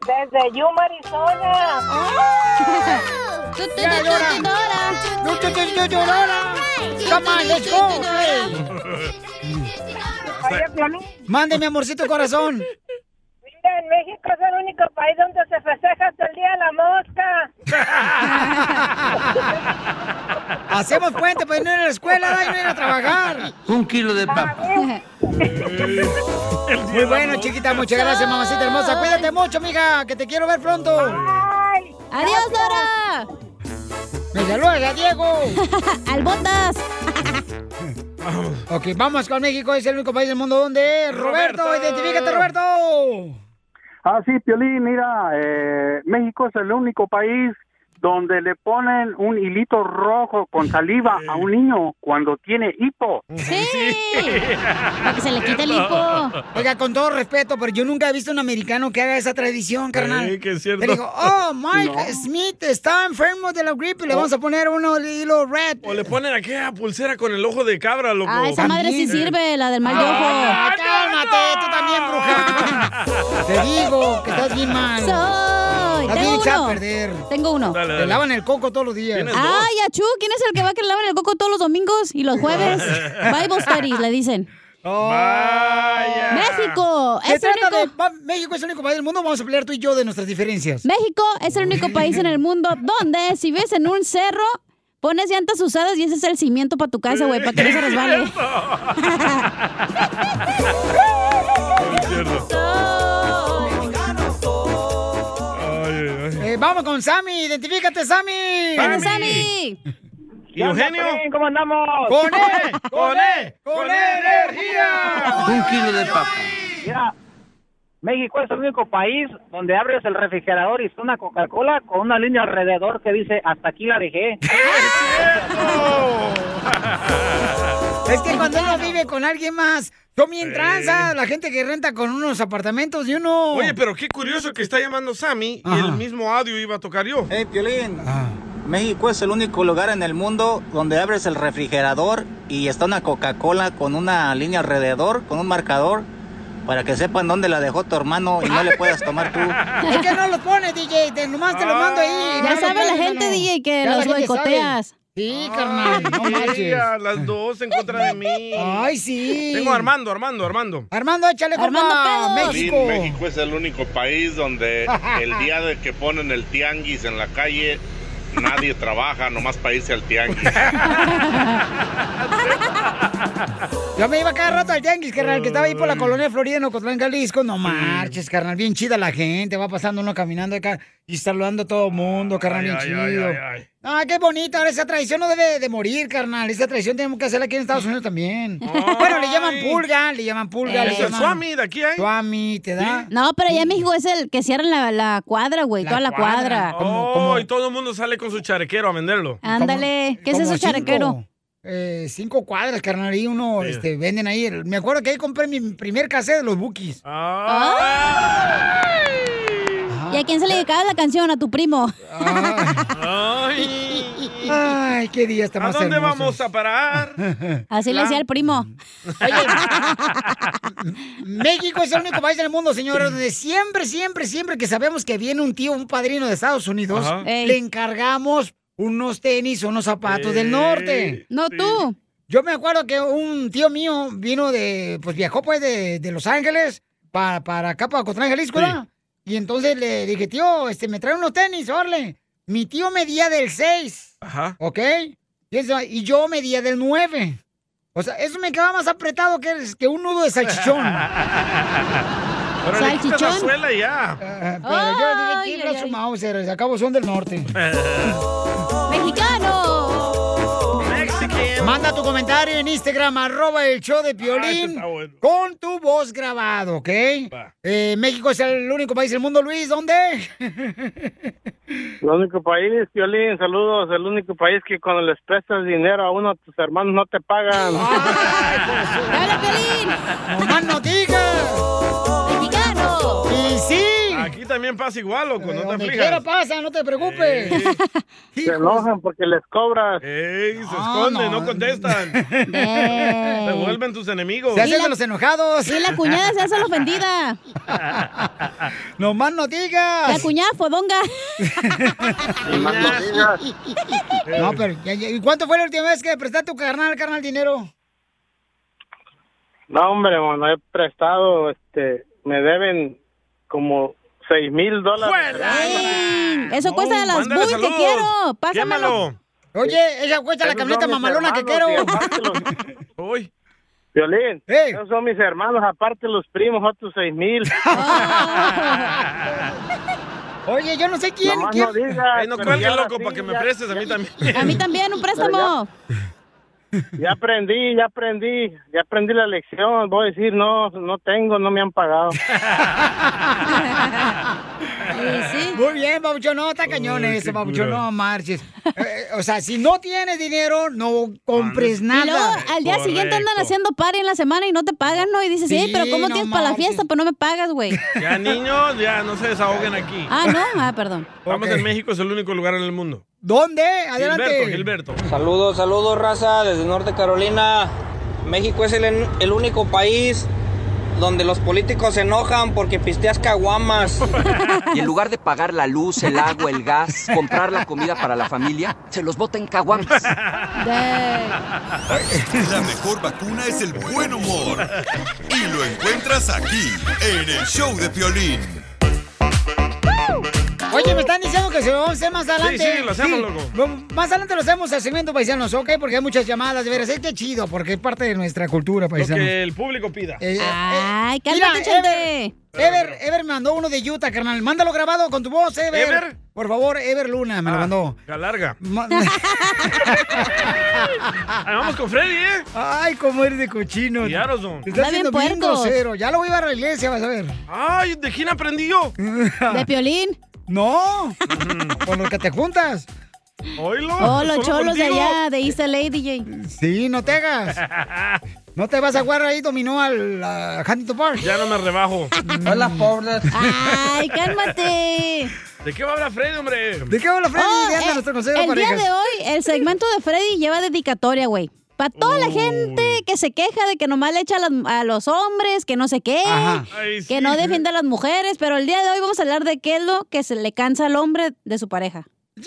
Desde Yuma, Arizona. Ah. Ya, Dora. Tú, tú, tú, tú, tú, Dora. Come on, let's go. Hey. Mande, mi amorcito corazón. Mira, en México es el único país donde se festeja hasta el Día de la Mosca. Hacemos puente para no ir a la escuela da, y no ir a trabajar. Un kilo de papa. Muy bueno, chiquita. Muchas gracias, mamacita hermosa. Cuídate mucho, amiga, que te quiero ver pronto. ¡Adiós, Dora! ¡Me saludas a Diego! ¡Al botas! ok, vamos con México. Es el único país del mundo donde... ¡Roberto! ¡Identifícate, Roberto! Ah, sí, Piolín, mira, eh, México es el único país donde le ponen un hilito rojo con saliva a un niño cuando tiene hipo. Para que se le quite el hipo. Oiga, con todo respeto, pero yo nunca he visto un americano que haga esa tradición, carnal. que es cierto. Te digo, oh, Mike No. Smith está enfermo de la gripe, le vamos a poner uno de hilo red. O le ponen aquella pulsera con el ojo de cabra, loco. Ah, esa madre sí sirve, la del mal de Ah, ojo. Oh. cálmate, tú también, bruja. Te digo que estás bien mal. Soy voy. Estás bien Tengo echada a uno. perder. Tengo uno. Te lavan el coco todos los días. Ay, Achú, ¿quién es el que va a que le lavan el coco todos los domingos y los jueves? Bible studies, le dicen. México Se es el trata único- de- va- México es el único país del mundo. Vamos a pelear tú y yo de nuestras diferencias. México es el único país en el mundo donde si ves en un cerro, pones llantas usadas y ese es el cimiento para tu casa, güey, para que no se resbale. Eh, vamos con Sammy. Identifícate, Sammy. Vamos, Sammy. ¿Y Eugenio? ¿Cómo andamos? Con él. ¡Con E! ¡Con E energía! Un kilo de papa. Mira, México es el único país donde abres el refrigerador y está una Coca-Cola con una línea alrededor que dice hasta aquí la dejé. Es que cuando uno vive con alguien más, yo mi tranza, la gente que renta con unos apartamentos y uno. Oye, pero qué curioso que está llamando Sammy y Ajá. el mismo audio iba a tocar yo. Hey, Piolín. México es el único lugar en el mundo donde abres el refrigerador y está una Coca-Cola con una línea alrededor, con un marcador, para que sepan dónde la dejó tu hermano y no le puedas tomar tú. ¿Por qué no los pones, DJ? Te, nomás Ah. te los mando ahí. Ya No los sabe la pones, gente, no. DJ, que Ya la los gente sabe. boicoteas. Sí, Ah. carnal, no marches. Ella, las dos en contra de mí. Ay, sí. Tengo a Armando, Armando, Armando. Armando, échale compa, México. Piolín, México es el único país donde el día de que ponen el tianguis en la calle, nadie trabaja, nomás para irse al tianguis. Yo me iba cada rato al Yankees, carnal, que estaba ahí Mm. por la colonia de Florida, en Ocotlán, Jalisco. No marches, carnal, bien chida la gente. Va pasando uno caminando acá y saludando a todo el mundo, carnal, Ay, bien ay, chido. ay, ay, ay. Ah, qué bonita. Ahora esa tradición no debe de morir, carnal. Esa tradición tenemos que hacerla aquí en Estados Unidos también. Bueno, le llaman pulga, le llaman pulga. Eh. le Es el llaman... swami de aquí, ¿eh? Swami, te da. No, pero allá en México es el que cierran la, la cuadra, güey, toda la cuadra. Oh, y todo el mundo sale con su charequero a venderlo. Ándale, ¿qué es como eso, cinco, charequero? eh, cinco cuadras, carnal, y uno este, venden ahí. Me acuerdo que ahí compré mi primer cassette de los Bookies. ¿Y a quién se le dedicaba la canción? A tu primo. Ay, Ay, qué días tan ¿A más dónde hermosos. vamos a parar? Así le decía el primo. México es el único país del mundo, señores, donde siempre, siempre, siempre que sabemos que viene un tío, un padrino de Estados Unidos, Ajá. Ey. le encargamos unos tenis o unos zapatos del norte. No tú. Yo me acuerdo que un tío mío vino de, pues viajó pues de, de Los Ángeles para, para acá, para Cotlán, Jalisco, ¿verdad? Y entonces le dije, tío, este, me trae unos tenis, órale. Mi tío medía del 6. Ajá. ¿Ok? Y, eso- y yo medía del 9. O sea, eso me quedaba más apretado que, que un nudo de salchichón. Ah, Pero le quitas la Salchichón. suela y ya. Eh, Pero yo Ay, dije, ay, ¿quién su Mauser? Acabo son del norte. ¡Mexicano! Manda tu comentario en Instagram, arroba el show Ah, de Piolín, con tu voz grabado, ¿ok? Eh, México es el único país del mundo, Luis, ¿dónde? El único país, Violín, saludos, el único país que cuando les prestas dinero a uno, tus hermanos no te pagan. ¡Nomás no digas! ¡Mexicano! ¡Y sí! Aquí también pasa igual, loco, no te Donde aflijas. quiera pasa, no te preocupes. Se enojan porque les cobras. Ey, se esconden, no, contestan. Ey. Se vuelven tus enemigos. Y la- Y Sí, la cuñada se hace la ofendida. Nomás no digas. La cuñada fodonga. No, pero, ya- ya- ¿y cuánto fue la última vez que prestaste tu carnal, carnal, dinero? No, hombre, bueno, he prestado, este, me deben como seis mil dólares. Ey, Eso Oh, cuesta de las buis que quiero. Pásamelo. Oye, ella cuesta Pues, la Esos camioneta son mis mamalona que hermanos, quiero. y aparte los- Violín, esos son mis hermanos, aparte los primos, otros seis mil. Oye, yo no sé quién. Nomás quién- no digas, no pero cuelgues, ya loco, sí, para que me ya- prestes a mí también. A mí también, un préstamo. Ya aprendí, ya aprendí, ya aprendí la lección. Voy a decir, no, no tengo, no me han pagado. Muy bien, babuchón, no, está cañón Uy, eso, qué babuchón, cura. no marches. Eh, o sea, si no tienes dinero, no compres Y nada. luego al día siguiente andan haciendo party en la semana y no te pagan, ¿no? Y dices, Sí, "Ey, pero ¿cómo no tienes para la marches. fiesta? Pues no me pagas, güey. Ya, niños, ya no se desahoguen aquí. Ah, no, ah, perdón. Estamos en México, es el único lugar en el mundo. ¿Dónde? Adelante. Gilberto, Gilberto. Saludos, saludos, raza, desde Norte Carolina. México es el, el único país donde los políticos se enojan porque pisteas caguamas. Y en lugar de pagar la luz, el agua, el gas, comprar la comida para la familia, se los bota en caguamas. La mejor vacuna es el buen humor. Y lo encuentras aquí, en el show de Piolín. Oye, me están diciendo que se lo vamos a hacer más adelante. sí, lo hacemos, loco. Vamos- Más adelante lo hacemos al segmento paisanos, ¿ok? Porque hay muchas llamadas, de veras. Es que chido, porque es parte de nuestra cultura Lo paisanos. que el público pida. Eh, eh, Ah, Ay, Mira, cálmate, Ever, chente. Ever, Ever me mandó uno de Utah, carnal. Mándalo grabado con tu voz, Ever. ¿Ever? Por favor, Ever Luna Ah, Ah, me lo mandó. La larga. Ma- vamos con Freddy, ¿eh? Ay, cómo eres de cochino. Ya, Rosón. Te estás Está bien haciendo bien puerco. grosero. Ya lo voy a llevar a la iglesia, vas a ver. Ay, ¿de quién aprendí yo? Mm. ¿De Piolín? No, con los que te juntas. Oilo. Oh, los cholos de allá, de East LA, DJ. Sí, no te hagas. No te vas a jugar ahí, dominó al a Huntington Park. Mm. Ya no me rebajo. Hola, pobres. Ay, cálmate. ¿De qué va a hablar Freddy, hombre? ¿De qué habla Freddy? Oh, ¿De eh, anda nuestro consejero, el día parejas? de hoy, el segmento de Freddy lleva dedicatoria, güey. Para toda la gente que se queja de que nomás le echa a, las- a los hombres, que no sé qué, Ajá. Ay, que sí. no defiende a las mujeres, pero el día de hoy vamos a hablar de qué es lo que se le cansa al hombre de su pareja. ¡Oh!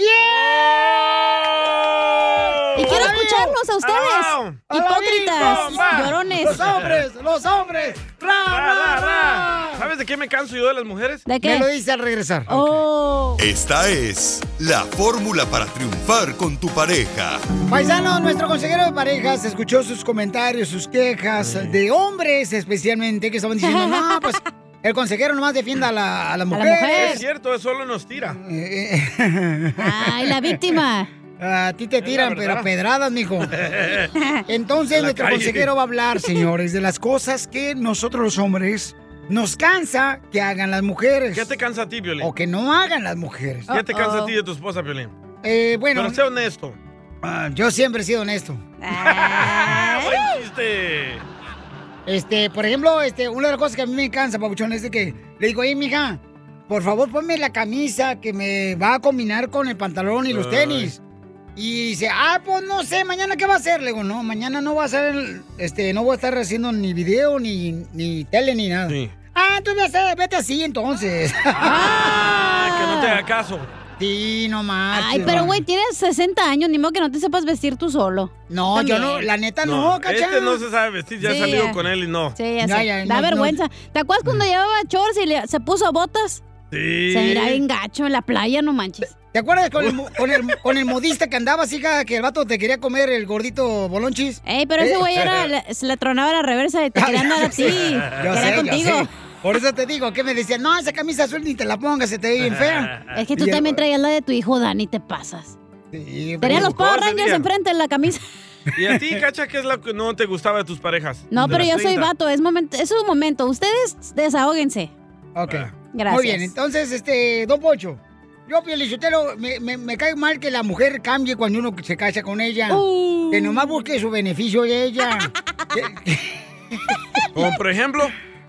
Y quiero escucharlos a ustedes, hipócritas, ¡Bomba! llorones. Los hombres, los hombres. Ra, ra, ra. ¿Sabes de qué me canso yo de las mujeres? Me lo dice al regresar. Oh. Esta es la fórmula para triunfar con tu pareja. Paisano, nuestro consejero de parejas escuchó sus comentarios, sus quejas de hombres especialmente que estaban diciendo, no, pues el consejero nomás defienda a la, a la mujer. Es cierto, eso solo nos tira. Eh, Ay, la víctima. A ti te tiran, verdad. pero a pedradas, mijo. Entonces, En la nuestro calle. consejero va a hablar, señores, de las cosas que nosotros los hombres nos cansa que hagan las mujeres. ¿Qué te cansa a ti, Violín? O que no hagan las mujeres. ¿Qué te cansa a ti de tu esposa, Violín? Eh, bueno. Pero sé honesto. Ah, yo siempre he sido honesto. ¡Ay, chiste! Este, por ejemplo, este, una de las cosas que a mí me cansa, papuchón, es de que le digo, hey, mija, por favor ponme la camisa que me va a combinar con el pantalón y los Ay. tenis. Y dice, ah, pues no sé, mañana qué va a hacer. Le digo, no, mañana no va a ser, el- este, no voy a estar haciendo ni video, ni, ni tele, ni nada. Ah, entonces ve así- vete así entonces. Ah, que no te haga caso. sí, no más. Ay, pero güey, tienes 60 años, ni modo que no te sepas vestir tú solo. No, yo no, la neta Este no se sabe vestir, ya he Sí, salido ya. con él y no. Sí, ya sé. da vergüenza. ¿Te acuerdas cuando Mm. llevaba shorts y le- se puso botas? Sí. Se mira bien gacho en la playa, no manches. ¿Te acuerdas con el, mo- con el- con el modista que andabas, hija, que el vato te quería comer el gordito bolonchis? Eh. Ey, pero ese güey era, le- se le tronaba la reversa y te quería andar a ti. Yo quería sé, yo contigo. sé. Por eso te digo, que me decían, no, esa camisa azul ni te la pongas, se te ve bien fea. Es que tú Y el- también traías la de tu hijo, Dani, te pasas. Sí, Tenía los Power Mejor Rangers sería. enfrente en la camisa. ¿Y a ti, Cacha, qué es lo que no te gustaba de tus parejas? No, De pero las yo soy 30. vato, es, momento, es su momento. Ustedes desahóguense. Ok. Ah. Gracias. Muy bien, entonces, este, Don Pocho. Yo, Pielichotelo, me, me, me cae mal que la mujer cambie cuando uno se casa con ella. Uh. Que nomás busque su beneficio de ella. Como por ejemplo.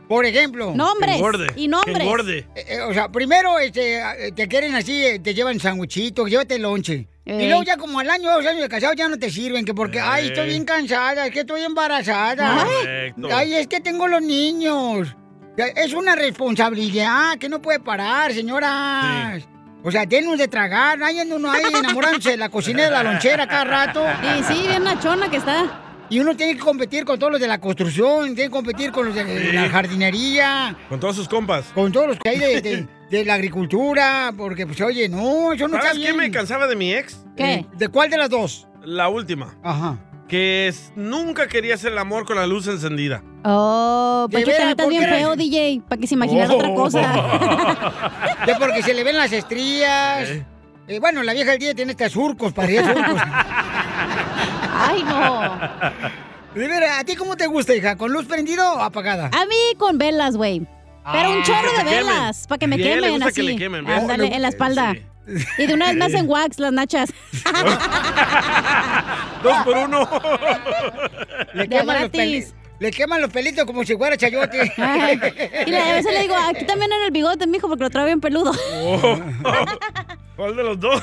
Por ejemplo. Nombres, Que engorde, y nombres. que engorde. Eh, eh, o sea, primero este, eh, te quieren así, eh, te llevan sanguchito, llévate lonche. Y Ey. luego ya como al año, dos años de casado ya no te sirven, que porque, ay, Ey. estoy bien cansada, es que estoy embarazada. Ay, Correcto. ay, es que tengo los niños. Ya, Es una responsabilidad que no puede parar, señoras. O sea, denos de tragar, ahí anda uno ahí enamorándose de la cocina y de la lonchera cada rato. Y sí, bien nachona que está. Y uno tiene que competir con todos los de la construcción, tiene que competir con los de Sí. la jardinería, Con todos sus compas. con todos los que hay de, de- de la agricultura, porque pues oye, no, yo no está ¿Sabes qué bien. me cansaba de mi ex? ¿Qué? ¿De cuál de las dos? La última. Ajá. Que es- nunca quería hacer el amor con la luz encendida. Oh, De Pancho, te veras, metas ¿por bien qué? Oh. feo, DJ, para que se imaginara otra cosa. Ya porque se le ven las estrías. Eh, bueno, la vieja del día tiene hasta surcos, parecía surcos. Ay, no. Rivera, ¿a ti cómo te gusta, hija? ¿Con luz prendida o apagada? A mí con velas, güey. Pero un Ah, chorro que de te quemen. velas, para que me Sí, le quemen gusta así. que le quemen, ¿ves? Ándale, Oh, le- en la espalda. Y de una vez más en wax las nachas. Dos por uno. Le De queman, los gratis. peli- le queman los pelitos como si fuera chayote. Ay. Y le- a veces le digo, aquí también en el bigote, mijo, porque lo traigo bien peludo. ¿Cuál de los dos?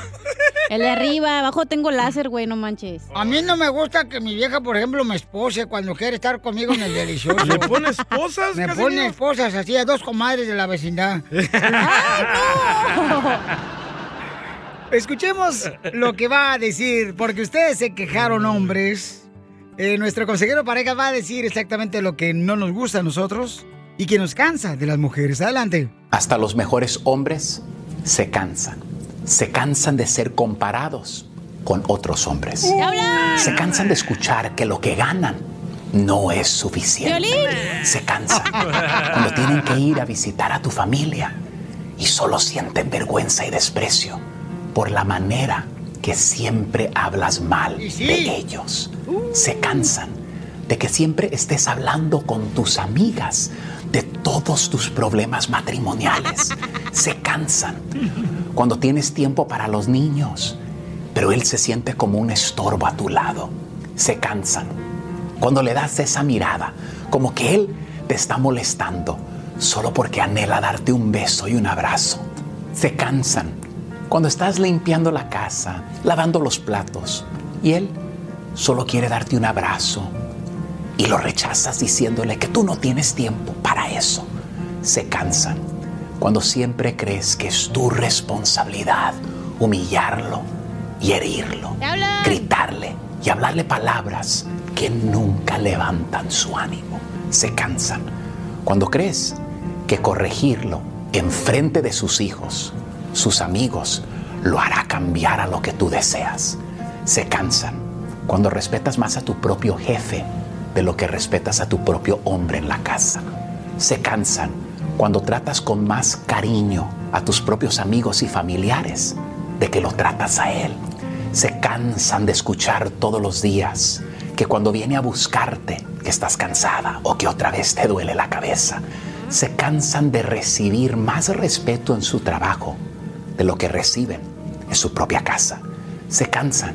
El de arriba, abajo tengo láser, güey, no manches. A mí no me gusta que mi vieja, por ejemplo, me espose cuando quiere estar conmigo en el delicioso. ¿Le pone esposas, Me Casimiro? pone esposas así a dos comadres de la vecindad. Escuchemos lo que va a decir, porque ustedes se quejaron, hombres. Eh, nuestro consejero pareja va a decir exactamente lo que no nos gusta a nosotros y que nos cansa de las mujeres. Adelante. Hasta los mejores hombres se cansan. Se cansan de ser comparados con otros hombres. Se cansan de escuchar que lo que ganan no es suficiente. Se cansan cuando tienen que ir a visitar a tu familia y solo sienten vergüenza y desprecio por la manera que siempre hablas mal de ellos. Se cansan de que siempre estés hablando con tus amigas de todos tus problemas matrimoniales. Se cansan Uh. cuando tienes tiempo para los niños, pero él se siente como un estorbo a tu lado. Se cansan cuando le das esa mirada, como que él te está molestando solo porque anhela darte un beso y un abrazo. Se cansan cuando estás limpiando la casa, lavando los platos y él solo quiere darte un abrazo y lo rechazas diciéndole que tú no tienes tiempo para eso. Se cansan cuando siempre crees que es tu responsabilidad humillarlo y herirlo, gritarle y hablarle palabras que nunca levantan su ánimo. Se cansan cuando crees que corregirlo en frente de sus hijos, sus amigos, lo hará cambiar a lo que tú deseas. Se cansan cuando respetas más a tu propio jefe de lo que respetas a tu propio hombre en la casa. Se cansan cuando tratas con más cariño a tus propios amigos y familiares de que lo tratas a él. Se cansan de escuchar todos los días que cuando viene a buscarte que estás cansada o que otra vez te duele la cabeza. Se cansan de recibir más respeto en su trabajo de lo que reciben en su propia casa. Se cansan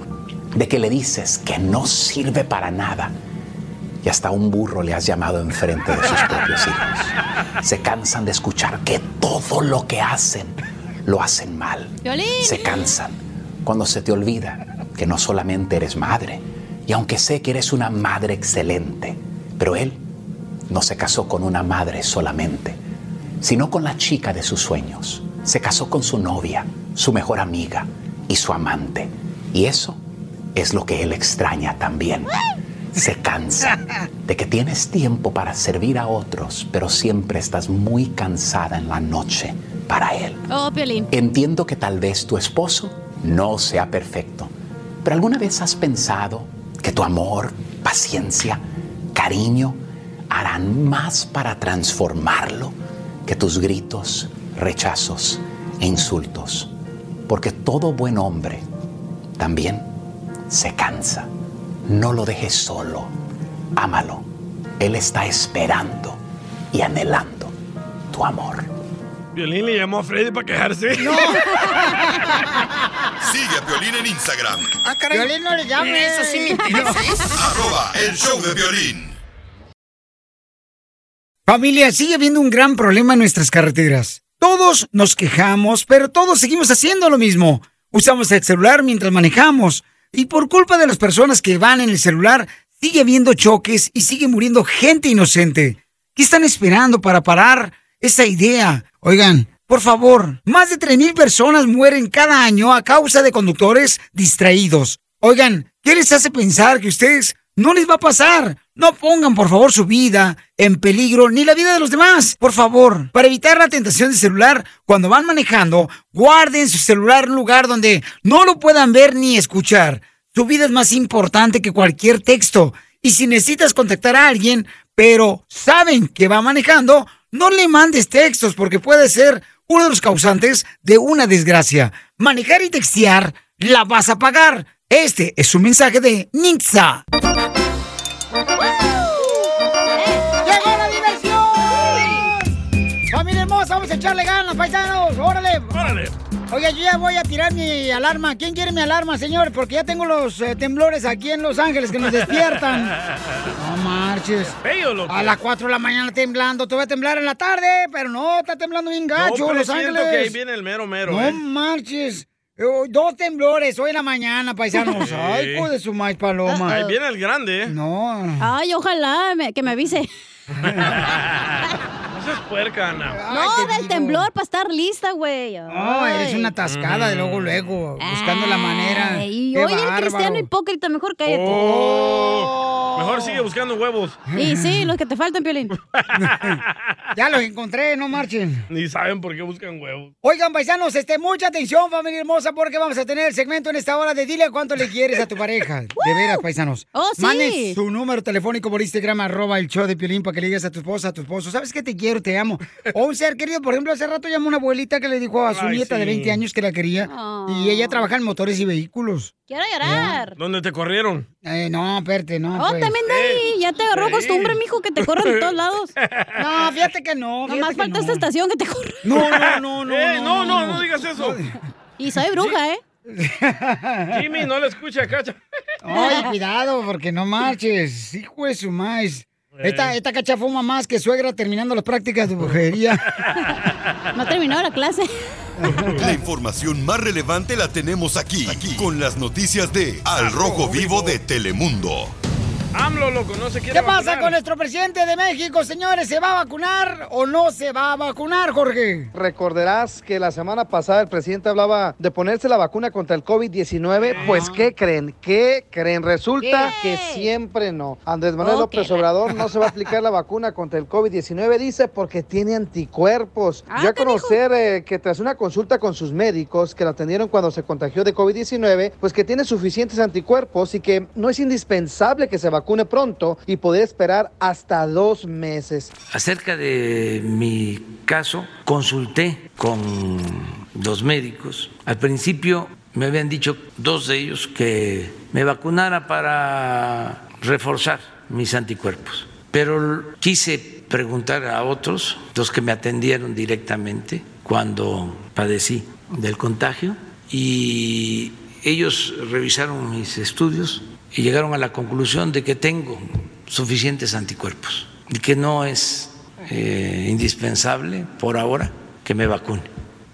de que le dices que no sirve para nada y hasta un burro le has llamado enfrente de sus propios hijos. Se cansan de escuchar que todo lo que hacen lo hacen mal. Se cansan cuando se te olvida que no solamente eres madre, y aunque sé que eres una madre excelente, pero él no se casó con una madre solamente, sino con la chica de sus sueños. Se casó con su novia, su mejor amiga y su amante. Y eso es lo que él extraña también se cansa de que tienes tiempo para servir a otros, pero siempre estás muy cansada en la noche para él. Oh, Piolín. Entiendo que tal vez tu esposo no sea perfecto, pero ¿alguna vez has pensado que tu amor, paciencia, cariño harán más para transformarlo que tus gritos, rechazos e insultos? Porque todo buen hombre también se cansa. No lo dejes solo. Ámalo. Él está esperando y anhelando tu amor. Violín le llamó a Freddy para quejarse. Sigue a Piolín en Instagram. Ah, caray. Piolín, no le llames. Eso sí me interesa. Arroba el show de violín. Familia, sigue habiendo un gran problema en nuestras carreteras. Todos nos quejamos, pero todos seguimos haciendo lo mismo. Usamos el celular mientras manejamos. Y por culpa de las personas que van en el celular, sigue habiendo choques y sigue muriendo gente inocente. ¿Qué están esperando para parar esa idea? Oigan, por favor, más de 3.000 personas mueren cada año a causa de conductores distraídos. Oigan, ¿qué les hace pensar que ustedes no les va a pasar? No pongan, por favor, su vida en peligro ni la vida de los demás. Por favor, para evitar la tentación de celular, cuando van manejando, guarden su celular en un lugar donde no lo puedan ver ni escuchar. Su vida es más importante que cualquier texto. Y si necesitas contactar a alguien, pero saben que va manejando, no le mandes textos porque puede ser uno de los causantes de una desgracia. Manejar y textear la vas a pagar. Este es un mensaje de Nitza. ¡Llegó la diversión! ¡Familia hermosa, vamos a echarle ganas, paisanos! ¡Órale! ¡Órale! Oiga, yo ya voy a tirar mi alarma. ¿Quién quiere mi alarma, señor? Porque ya tengo los eh, temblores aquí en Los Ángeles que nos despiertan. No marches. Bello, loco. A las 4 de la mañana temblando. Te va a temblar en la tarde, pero no, está temblando bien No, gacho, pero Los siento Ángeles. que ahí viene el mero mero, No ¿eh? marches. Eh, Dos temblores hoy en la mañana, paisanos. Sí. Ay, hijo de su maíz paloma. Ahí viene el grande, ¿eh? No. Ay, ojalá me- que me avise. No seas puerca, Ana. No, del temblor para estar lista, güey. No, eres una atascada de luego, luego, buscando la manera. Y Qué oye, el bárbaro. cristiano hipócrita, mejor cállate. Oh, Mejor sigue buscando huevos. Y sí, los que te faltan, Piolín. ya los encontré, no marchen. Ni saben por qué buscan huevos. Oigan, paisanos, este, mucha atención, familia hermosa, porque vamos a tener el segmento en esta hora de Dile cuánto le quieres a tu pareja. De veras, paisanos. Oh, sí. Manden su número telefónico por Instagram, arroba el show de Piolín, para que le digas a tu esposa, a tu esposo, ¿sabes que te quiero, te amo? O un ser querido, por ejemplo, hace rato llamó una abuelita que le dijo a su Ay, nieta de sí. 20 años que la quería. Y ella trabaja en motores y vehículos. Quiero llorar. ¿Dónde te corrieron? Eh, no, espérate, no. Ah, Oh, pues. también de ahí. Ya te agarró costumbre, mijo, que te corran de todos lados. No, fíjate que no. Nomás falta esta estación que te corra. No, no, no, no. Eh, no, no, no digas eso. Y soy bruja, ¿eh? Jimmy, no la escucha, cacha. Ay, cuidado, porque no marches. Hijo de su maíz. Esta, esta cacha fuma más que suegra terminando las prácticas de brujería. No terminó la clase. La información más relevante la tenemos aquí, aquí, con las noticias de Al Rojo Vivo de Telemundo. AMLO, loco, no se quiere ¿Qué pasa vacunar. con nuestro presidente de México, señores? ¿Se va a vacunar o no se va a vacunar, Jorge? Recordarás que la semana pasada el presidente hablaba de ponerse la vacuna contra el COVID-19. Ah. Pues, ¿qué creen? ¿Qué creen? Resulta que siempre no. Andrés Manuel Oh, López Obrador no se va a aplicar la vacuna contra el COVID-19, dice, porque tiene anticuerpos. Ah, Yo a te dijo. conocer eh, que tras una consulta con sus médicos que la atendieron cuando se contagió de COVID-19, pues que tiene suficientes anticuerpos y que no es indispensable que se vacune pronto y poder esperar hasta dos meses. Acerca de mi caso, consulté con los médicos. Al principio me habían dicho dos de ellos que me vacunara para reforzar mis anticuerpos. Pero quise preguntar a otros, los que me atendieron directamente cuando padecí del contagio, y ellos revisaron mis estudios y llegaron a la conclusión de que tengo suficientes anticuerpos y que no es eh, indispensable por ahora que me vacune.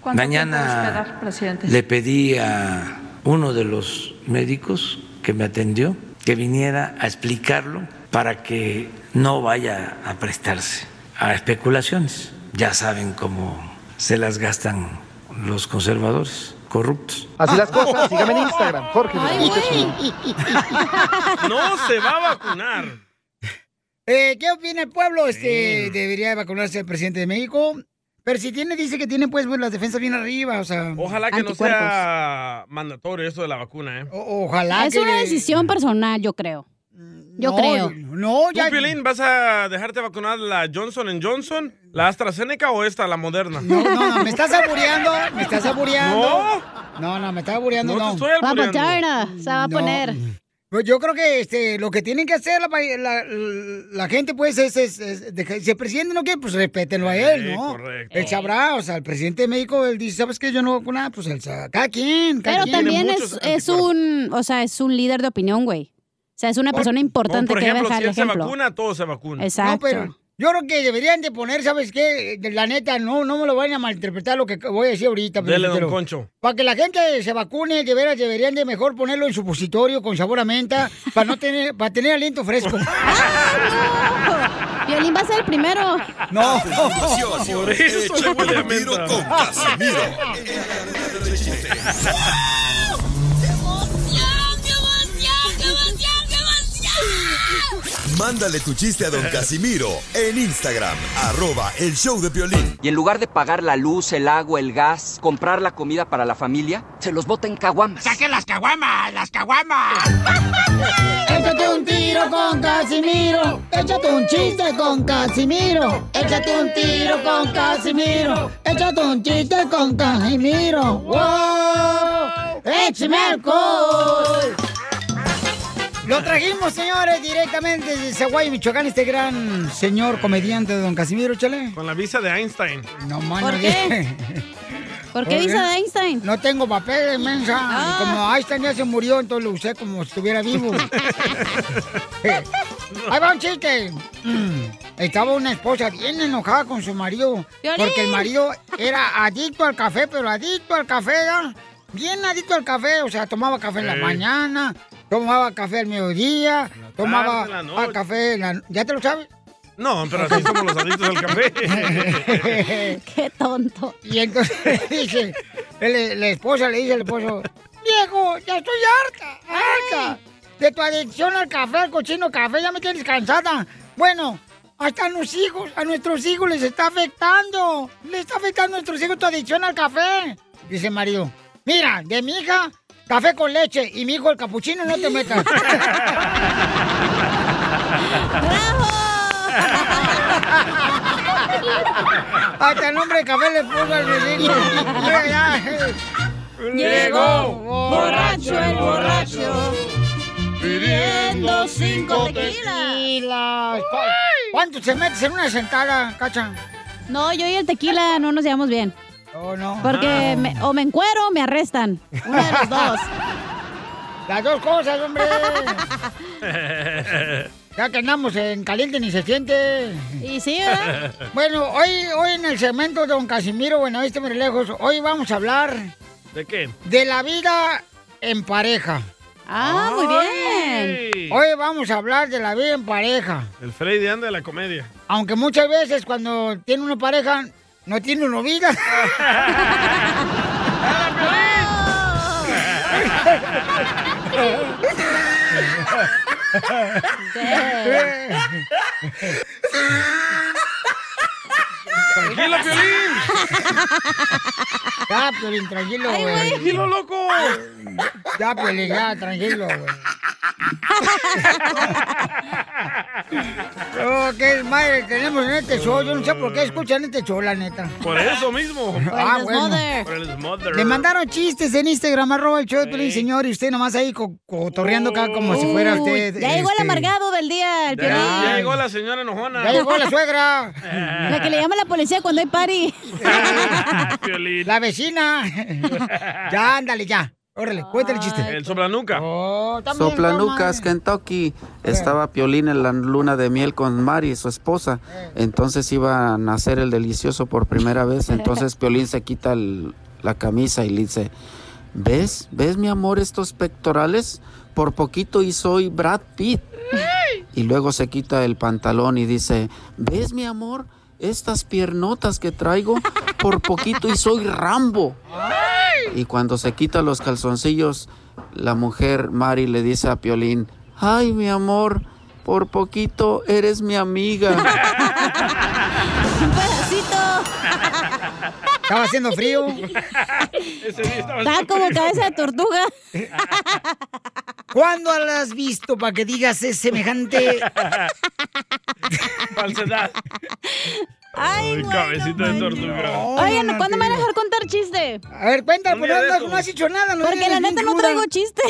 ¿Cuánto tiempo Mañana esperar, presidente? le pedí a uno de los médicos que me atendió que viniera a explicarlo para que no vaya a prestarse a especulaciones. Ya saben cómo se las gastan los conservadores corruptos. Así las cosas, sígame en Instagram, Jorge. Miramontes uno. No se va a vacunar. Eh, ¿Qué opina el pueblo? Este, ¿Debería vacunarse el presidente de México? Pero si tiene, dice que tiene pues, pues, las defensas bien arriba, o sea... Ojalá que no sea mandatorio eso de la vacuna, ¿eh? ojalá Es que una le- decisión personal, yo creo. Yo creo. No, ¿Tú, Piolín, vas a dejarte vacunar la Johnson Johnson, la AstraZeneca o esta, la Moderna? No, no, no, me estás aburriendo, me estás aburriendo. No. No, no, me estás aburriendo, No no. te estoy albureando. Va a ah. poner, se va a poner. Pues yo creo que este, lo que tienen que hacer la, pa- la- la gente, pues, es, es- es de que si el presidente no quiere, pues respétenlo a él, Sí, ¿no? correcto. Él sabrá, o sea, el presidente de México, él dice, ¿sabes qué? Yo no voy a vacunar, pues él sabe. Cada quien, cada Pero quien. también es, es un, o sea, es un líder de opinión, güey. O sea, es una persona Como, importante por que debe ejemplo, dejar si el él se ejemplo. vacuna, todos se vacunan. Exacto. No, pero yo creo que deberían de poner, ¿sabes qué? De- La neta, no, no me lo vayan a malinterpretar lo que voy a decir ahorita. Dele, pero- don Concho. Para que la gente se vacune, de veras deberían de mejor ponerlo en supositorio con sabor a menta para no tener, para tener aliento fresco. Violín va a ser el primero. No. Por eso un tiro con Ah, Casimiro. Mándale tu chiste a don Casimiro en Instagram, arroba el show de violín. Y en lugar de pagar la luz, el agua, el gas, comprar la comida para la familia, se los bota en caguamas. ¡Saquen las caguamas! ¡Las caguamas! Échate un tiro con Casimiro. Échate un chiste con Casimiro. Échate un tiro con Casimiro. Échate un chiste con Casimiro. ¡Wow! ¡Échame alcohol! Lo trajimos, señores, directamente desde Zaguay, Michoacán, este gran señor comediante de Don Casimiro, chale. Con la visa de Einstein. No, man, ¿Por no qué? dije. ¿Por qué visa de Einstein? No tengo papeles, mensa. Y Como Einstein ya se murió, entonces lo usé como si estuviera vivo. Eh, Ahí va un chiste. Mm, Estaba una esposa bien enojada con su marido. ¡Piolín! Porque el marido era adicto al café, pero adicto al café, ¿ya? bien adicto al café, o sea, tomaba café en la mañana, tomaba café al mediodía, tomaba en la noche. ah, café en la... ¿Ya te lo sabes? No, pero así somos los adictos al café. Qué tonto. Y entonces dice, el- la esposa le dice al esposo, Viejo, ya estoy harta, harta de tu adicción al café, al cochino café, ya me tienes cansada. Bueno, hasta a los hijos, a nuestros hijos les está afectando. Le está afectando a nuestros hijos tu adicción al café. Dice Mario, mira, de mi hija, café con leche y mi hijo el capuchino, no te metas. hasta el nombre de café le puso al vecino. Mira, ya. Llegó borracho el borracho, pidiendo cinco tequilas. ¿Cu- ¿Cuánto se metes en una sentada, cacha? No, yo y el tequila no nos llevamos bien. Oh, no. Porque Ah. me- o me encuero o me arrestan. Una de las dos. Las dos cosas, hombre. Ya que andamos en caliente ni se siente. Y sí, ¿verdad? Bueno, hoy, hoy en el segmento de Don Casimiro, bueno, este muy lejos, hoy vamos a hablar ¿De qué? de la vida en pareja. Ah, muy Ay. bien. Hoy vamos a hablar de la vida en pareja. El Freddy anda de la comedia. Aunque muchas veces cuando tiene una pareja, no tiene una vida. Tranquilo, Ya, Piolín, tranquilo, güey. Tranquilo, loco. Ya, Piolín, ya, tranquilo, güey. Oh, qué madre tenemos en este show. Yo no sé por qué escuchan este show, la neta. Por eso mismo. Ah, bueno. Por el smother. Le mandaron chistes en Instagram, arroba el show de Piolín, señor, y usted nomás ahí co- cotorreando acá como si fuera Uy, usted. Ya llegó el este, amargado del día, el Ya, ya Piolín. llegó la señora enojona. Ya llegó la suegra. La que le llama la policía cuando hay party. La vecina. ya, ándale, ya. Órale, cuéntale el chiste. El soplanuca. Oh, también, Soplanucas, Kentucky. Estaba Piolín en la luna de miel con Mari, su esposa. Entonces iba a nacer el delicioso por primera vez. Entonces Piolín se quita el- la camisa y le dice, ¿ves? ¿Ves, mi amor, estos pectorales? Por poquito y soy Brad Pitt. Y luego se quita el pantalón y dice, ¿ves, mi amor? Estas piernotas que traigo, por poquito y soy Rambo. Y cuando se quita los calzoncillos, la mujer Mari le dice a Piolín, ay mi amor, por poquito eres mi amiga. Un pedacito. Estaba haciendo frío. Ese día estaba Está como cabeza de tortuga. ¿Cuándo la has visto para que digas es semejante? Falsedad. Ay, cabecita de tortuga. Oigan, ¿cuándo me van a dejar contar chiste? A ver, cuéntale, Un día de no has dicho nada. no Porque la tienes neta no cruda. traigo chiste.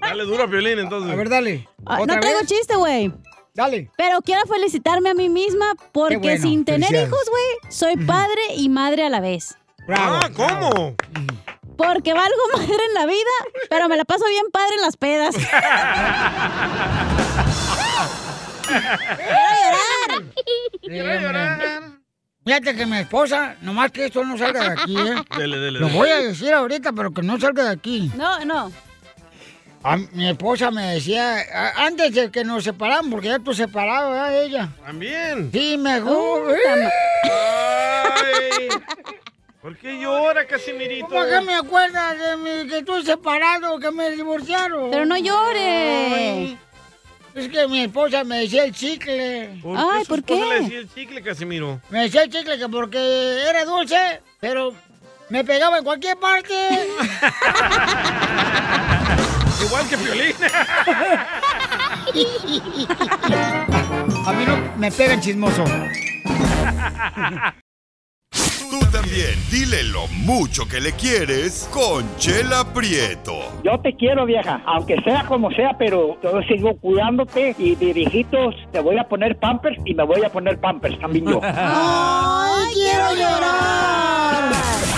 Dale duro a Piolín, entonces. A ver, dale. Ah, No traigo chiste, güey. Dale. Pero quiero felicitarme a mí misma porque Qué bueno, sin tener felicidades. hijos, güey, soy padre y madre a la vez. ah, ¿cómo? Porque valgo madre en la vida, pero me la paso bien padre en las pedas. Quiero Fíjate que mi esposa, nomás que esto no salga de aquí, ¿eh? Dele, dele. Lo dele. voy a decir ahorita, pero que no salga de aquí. No, no. mi esposa me decía, a- antes de que nos separaran, porque ya tú separado, ¿verdad? Ella. También. Sí, mejor. Ay. ¿Por qué llora, Casimirito? ¿Por qué me acuerdas de mi- que estoy separado, que me divorciaron? Pero no llores. Ay, Es que mi esposa me decía el chicle. ¿Por qué su esposa le decía el chicle, Casimiro? Me decía el chicle que porque era dulce, pero me pegaba en cualquier parte. Igual que Piolín. A mí no me pegan chismoso. Tú también, dile lo mucho que le quieres con Chela Prieto. Yo te quiero, vieja, aunque sea como sea, pero yo sigo cuidándote y de viejitos te voy a poner pampers y me voy a poner pampers también yo. ¡Ay, quiero llorar!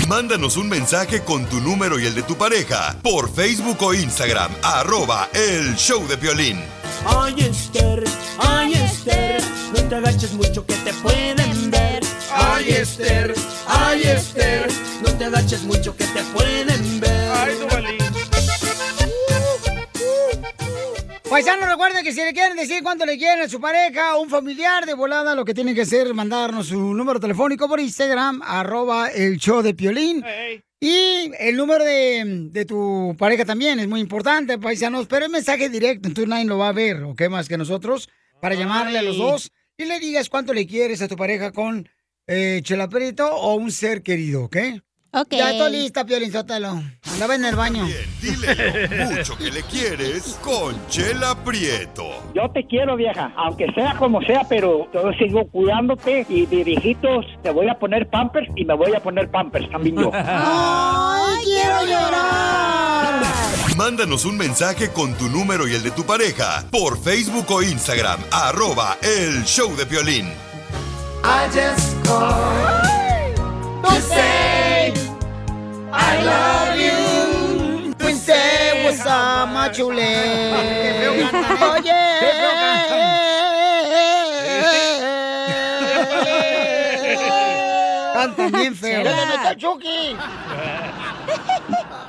Mándanos un mensaje con tu número y el de tu pareja por Facebook o Instagram, arroba el show de violín. Ay, Esther, ay, Esther, no te agaches mucho que te pueden ver. Ay, Esther, ay, Esther, no te agaches mucho que te pueden ver. Ay, Paisanos, recuerden que si le quieren decir cuánto le quieren a su pareja o un familiar de volada, lo que tienen que hacer es mandarnos su número telefónico por Instagram, arroba el show de Piolín. Y el número de, de tu pareja también es muy importante, paisanos, pero es mensaje directo, entonces nadie lo va a ver, ¿ok? Más que nosotros, para llamarle a los dos y le digas cuánto le quieres a tu pareja con eh, chelaperito o un ser querido, ¿ok? Ok. Ya estoy lista, Piolín Sotelo. Andaba en el baño. Dile lo mucho que le quieres con Chela Prieto. Yo te quiero, vieja, aunque sea como sea, pero yo sigo cuidándote y de viejitos te voy a poner pampers y me voy a poner pampers también yo. ¡Ay, quiero llorar! Mándanos un mensaje con tu número y el de tu pareja por Facebook o Instagram, arroba el show de Piolín. I just called to say I love you. Wednesday was a machule. Oye. Cantan bien feo. Chela. ¡Le metió el Chucky!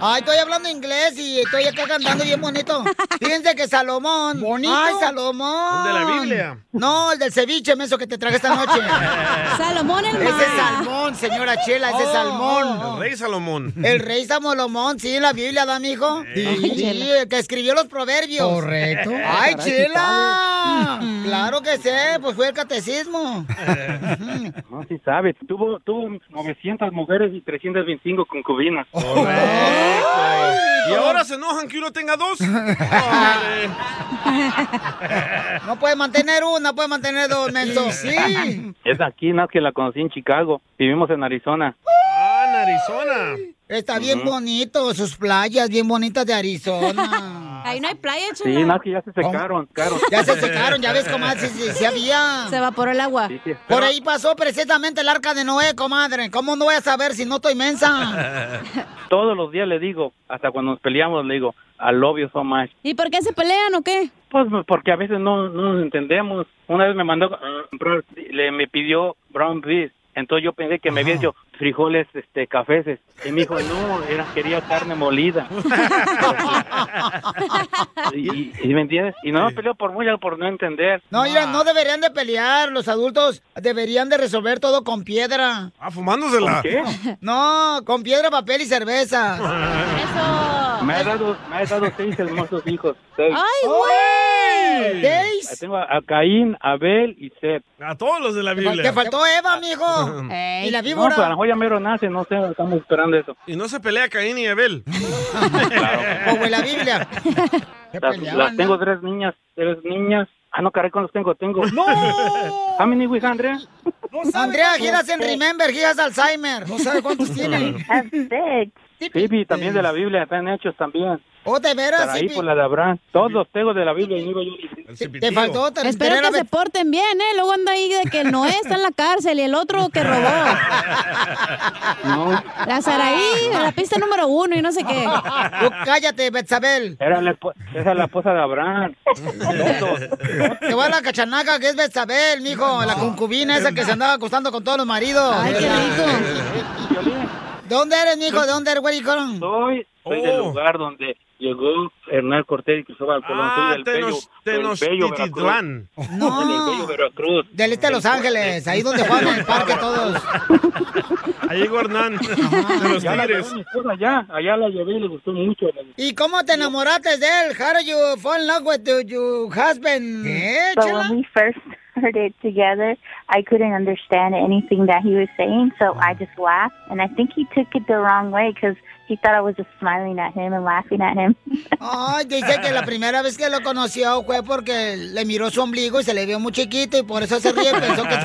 Ay, estoy hablando inglés y estoy acá cantando bien bonito. Fíjense que Salomón. ¿Bonito? Ay, Salomón. El de la Biblia. No, el del ceviche, eso que te traje esta noche. Salomón el Ese es mar. salmón, señora Chela, ese es Oh, salmón. El rey Salomón. El rey Salomón, sí, en la Biblia, ¿da, mijo? Sí, el que escribió los proverbios. Correcto. ¡Ay, Caray, Chela! Claro que sé, pues fue el catecismo. No, sí sabes. Tuvo, tuvo 900 mujeres y 325 concubinas. Oh, Oh, Y ahora se enojan que uno tenga dos. No puede mantener una, puede mantener dos, menso. Sí. Es aquí, nada que la conocí en Chicago. Vivimos en Arizona. Ah, en Arizona. Está bien bonito, sus playas bien bonitas de Arizona. Ahí no hay playa, chula. Sí, nada que ya se secaron, caro. Oh. Ya se secaron, ya ves, comadre, si, si- si había. Se evaporó el agua. Por ahí pasó precisamente el arca de Noé, comadre. ¿Cómo no voy a saber si no estoy mensa? Todos los días le digo, hasta cuando nos peleamos, le digo, I love you so much. ¿Y por qué se pelean o qué? Pues porque a veces no, no nos entendemos. Una vez me mandó a comprar, le, me pidió brown beef. Entonces yo pensé que me había hecho frijoles, este, cafés. Y me dijo, no, era, quería carne molida. y, y- ¿Me entiendes? Y no me peleó por mucho, por no entender. Ah. No, mira, no deberían de pelear. Los adultos deberían de resolver todo con piedra. Ah, fumándosela. ¿Con qué? No, con piedra, papel y cerveza. Eso. Me ha dado, me ha dado seis hermosos hijos. Seis. ¡Ay, güey! ¿Seis? Tengo a, a Caín, Abel y Seth. A todos los de la Biblia. Te faltó Eva, mijo. Y la No, víbora. pero a lo mejor ya mero nace, no sé, estamos esperando eso. Y no se pelea Caín y Abel. Como en la Biblia. Las, peleaban, las ¿no? tengo tres niñas, tres niñas. Ah, no, caray, ¿cuántos tengo? Tengo. ¡No! ¿How many we have, Andrea? Andrea, giras en Remember, giras Alzheimer. No sabe cuántos tiene. Phoebe, también de la Biblia, están hechos también. Oh, de veras, Ahí Phoebe. por la de Abraham. Todos los tengo de la Biblia y no iba yo. Te faltó ter- Espero tener que a se Bet- porten bien, ¿eh? Luego anda ahí de que el Noé está en la cárcel y el otro que robó. No, La Saraí, la pista número uno y no sé qué. Tú cállate, Betzabel. era la, esp- esa es la esposa de Abraham. Te va la cachanaca que es Betzabel, mijo. La concubina esa que se andaba acostando con todos los maridos. Ay, qué rico. ¿De dónde eres, mijo? ¿De dónde eres, güey? Oh. Soy, Soy del lugar donde llegó Hernán Cortés y Cristóbal Colón. Oh. Ah, soy del bello, Tenos- del bello Tenochtitlán. Veracruz. Soy del bello Veracruz. Del este de Los Ángeles, ahí donde juegan en el parque todos. Ahí llegó Hernán. De los Ya la Tigres. llevé mi esposa allá, allá la llevé y le gustó mucho. ¿Y cómo te enamoraste de él? How did you fall in love with your- your husband? ¿Eh, But chela? when we first started together, I couldn't understand anything that he was saying, so I just laughed. And I think he took it the wrong way because he thought I was just smiling at him and laughing at him. Ay, dice que la primera vez que lo conoció fue porque le miró su ombligo y se le vio muy chiquito y por eso se ríe y pensó que...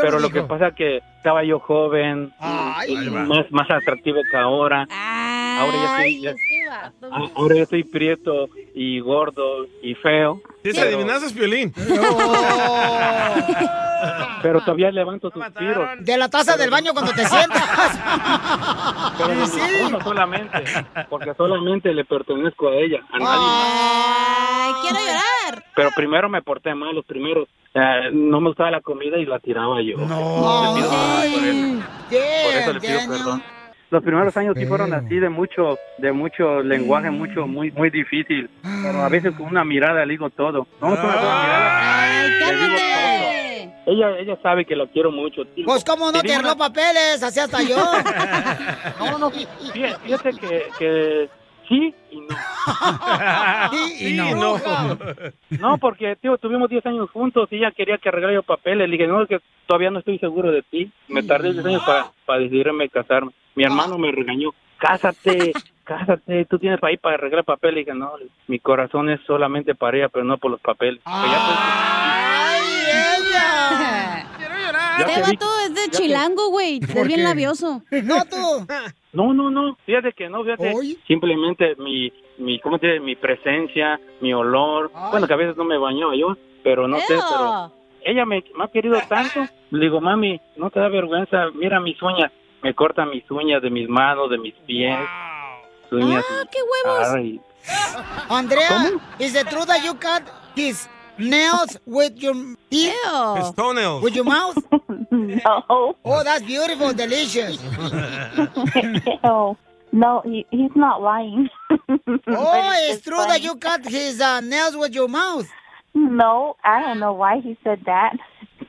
Pero lo que pasa que estaba yo joven, y más, más atractivo que ahora. Ahora ya estoy, ya- a- ahora ya estoy prieto y gordo y feo. Sí, se pero- adivinaste, Piolín. Pero todavía levanto suspiros. De la taza del baño cuando te sientas. Pero de mi esposa solamente, porque solamente le pertenezco a ella, a Ah. nadie más. Ay, quiero llorar. Pero primero me porté mal, los primeros. eh, no me gustaba la comida y la tiraba yo. No. Le pido perdón por eso. Por eso le pido perdón. Los primeros años sí fueron así de mucho, de mucho Mm. lenguaje, mucho, muy, muy difícil. Pero a veces con una mirada le digo todo. No, con una Ah. sola mirada. le digo todo. Ella, ella sabe que lo quiero mucho. tío. Pues cómo no Te te digo arregló papeles, así hasta yo. No, no, fíjate, fíjate que, que sí y no. Sí y no. No, porque, tío, tuvimos 10 años juntos y ella quería que arreglara yo papeles. Le dije, no, es que todavía no estoy seguro de ti. Me tardé 10 años para decidirme casarme. Mi hermano me regañó, cásate, cásate, tú tienes para ir para arreglar papel. Le dije, no, mi corazón es solamente para ella, pero no por los papeles. ella! Ya te Este vi. tú es de Ya te- chilango, güey. ¿Por Es bien qué? labioso. No, tú. No, no, no, fíjate que no, fíjate. Simplemente mi, mi, ¿cómo te dice? Mi presencia, mi olor. Bueno, que a veces no me bañaba yo, pero no sé, pero ella me, me ha querido tanto. Le digo, mami, no te da vergüenza, mira mis uñas. Me corta mis uñas de mis manos, de mis pies. Sus uñas. Ah, qué huevos. Ay, Andrea, is the truth that you cut his nails with your teeth? His toenails. With your mouth? no. Oh, that's beautiful, delicious. Ew. Oh, No, he, he's not lying. Oh, it's true that you cut his uh, nails with your mouth. No, I don't know why he said that.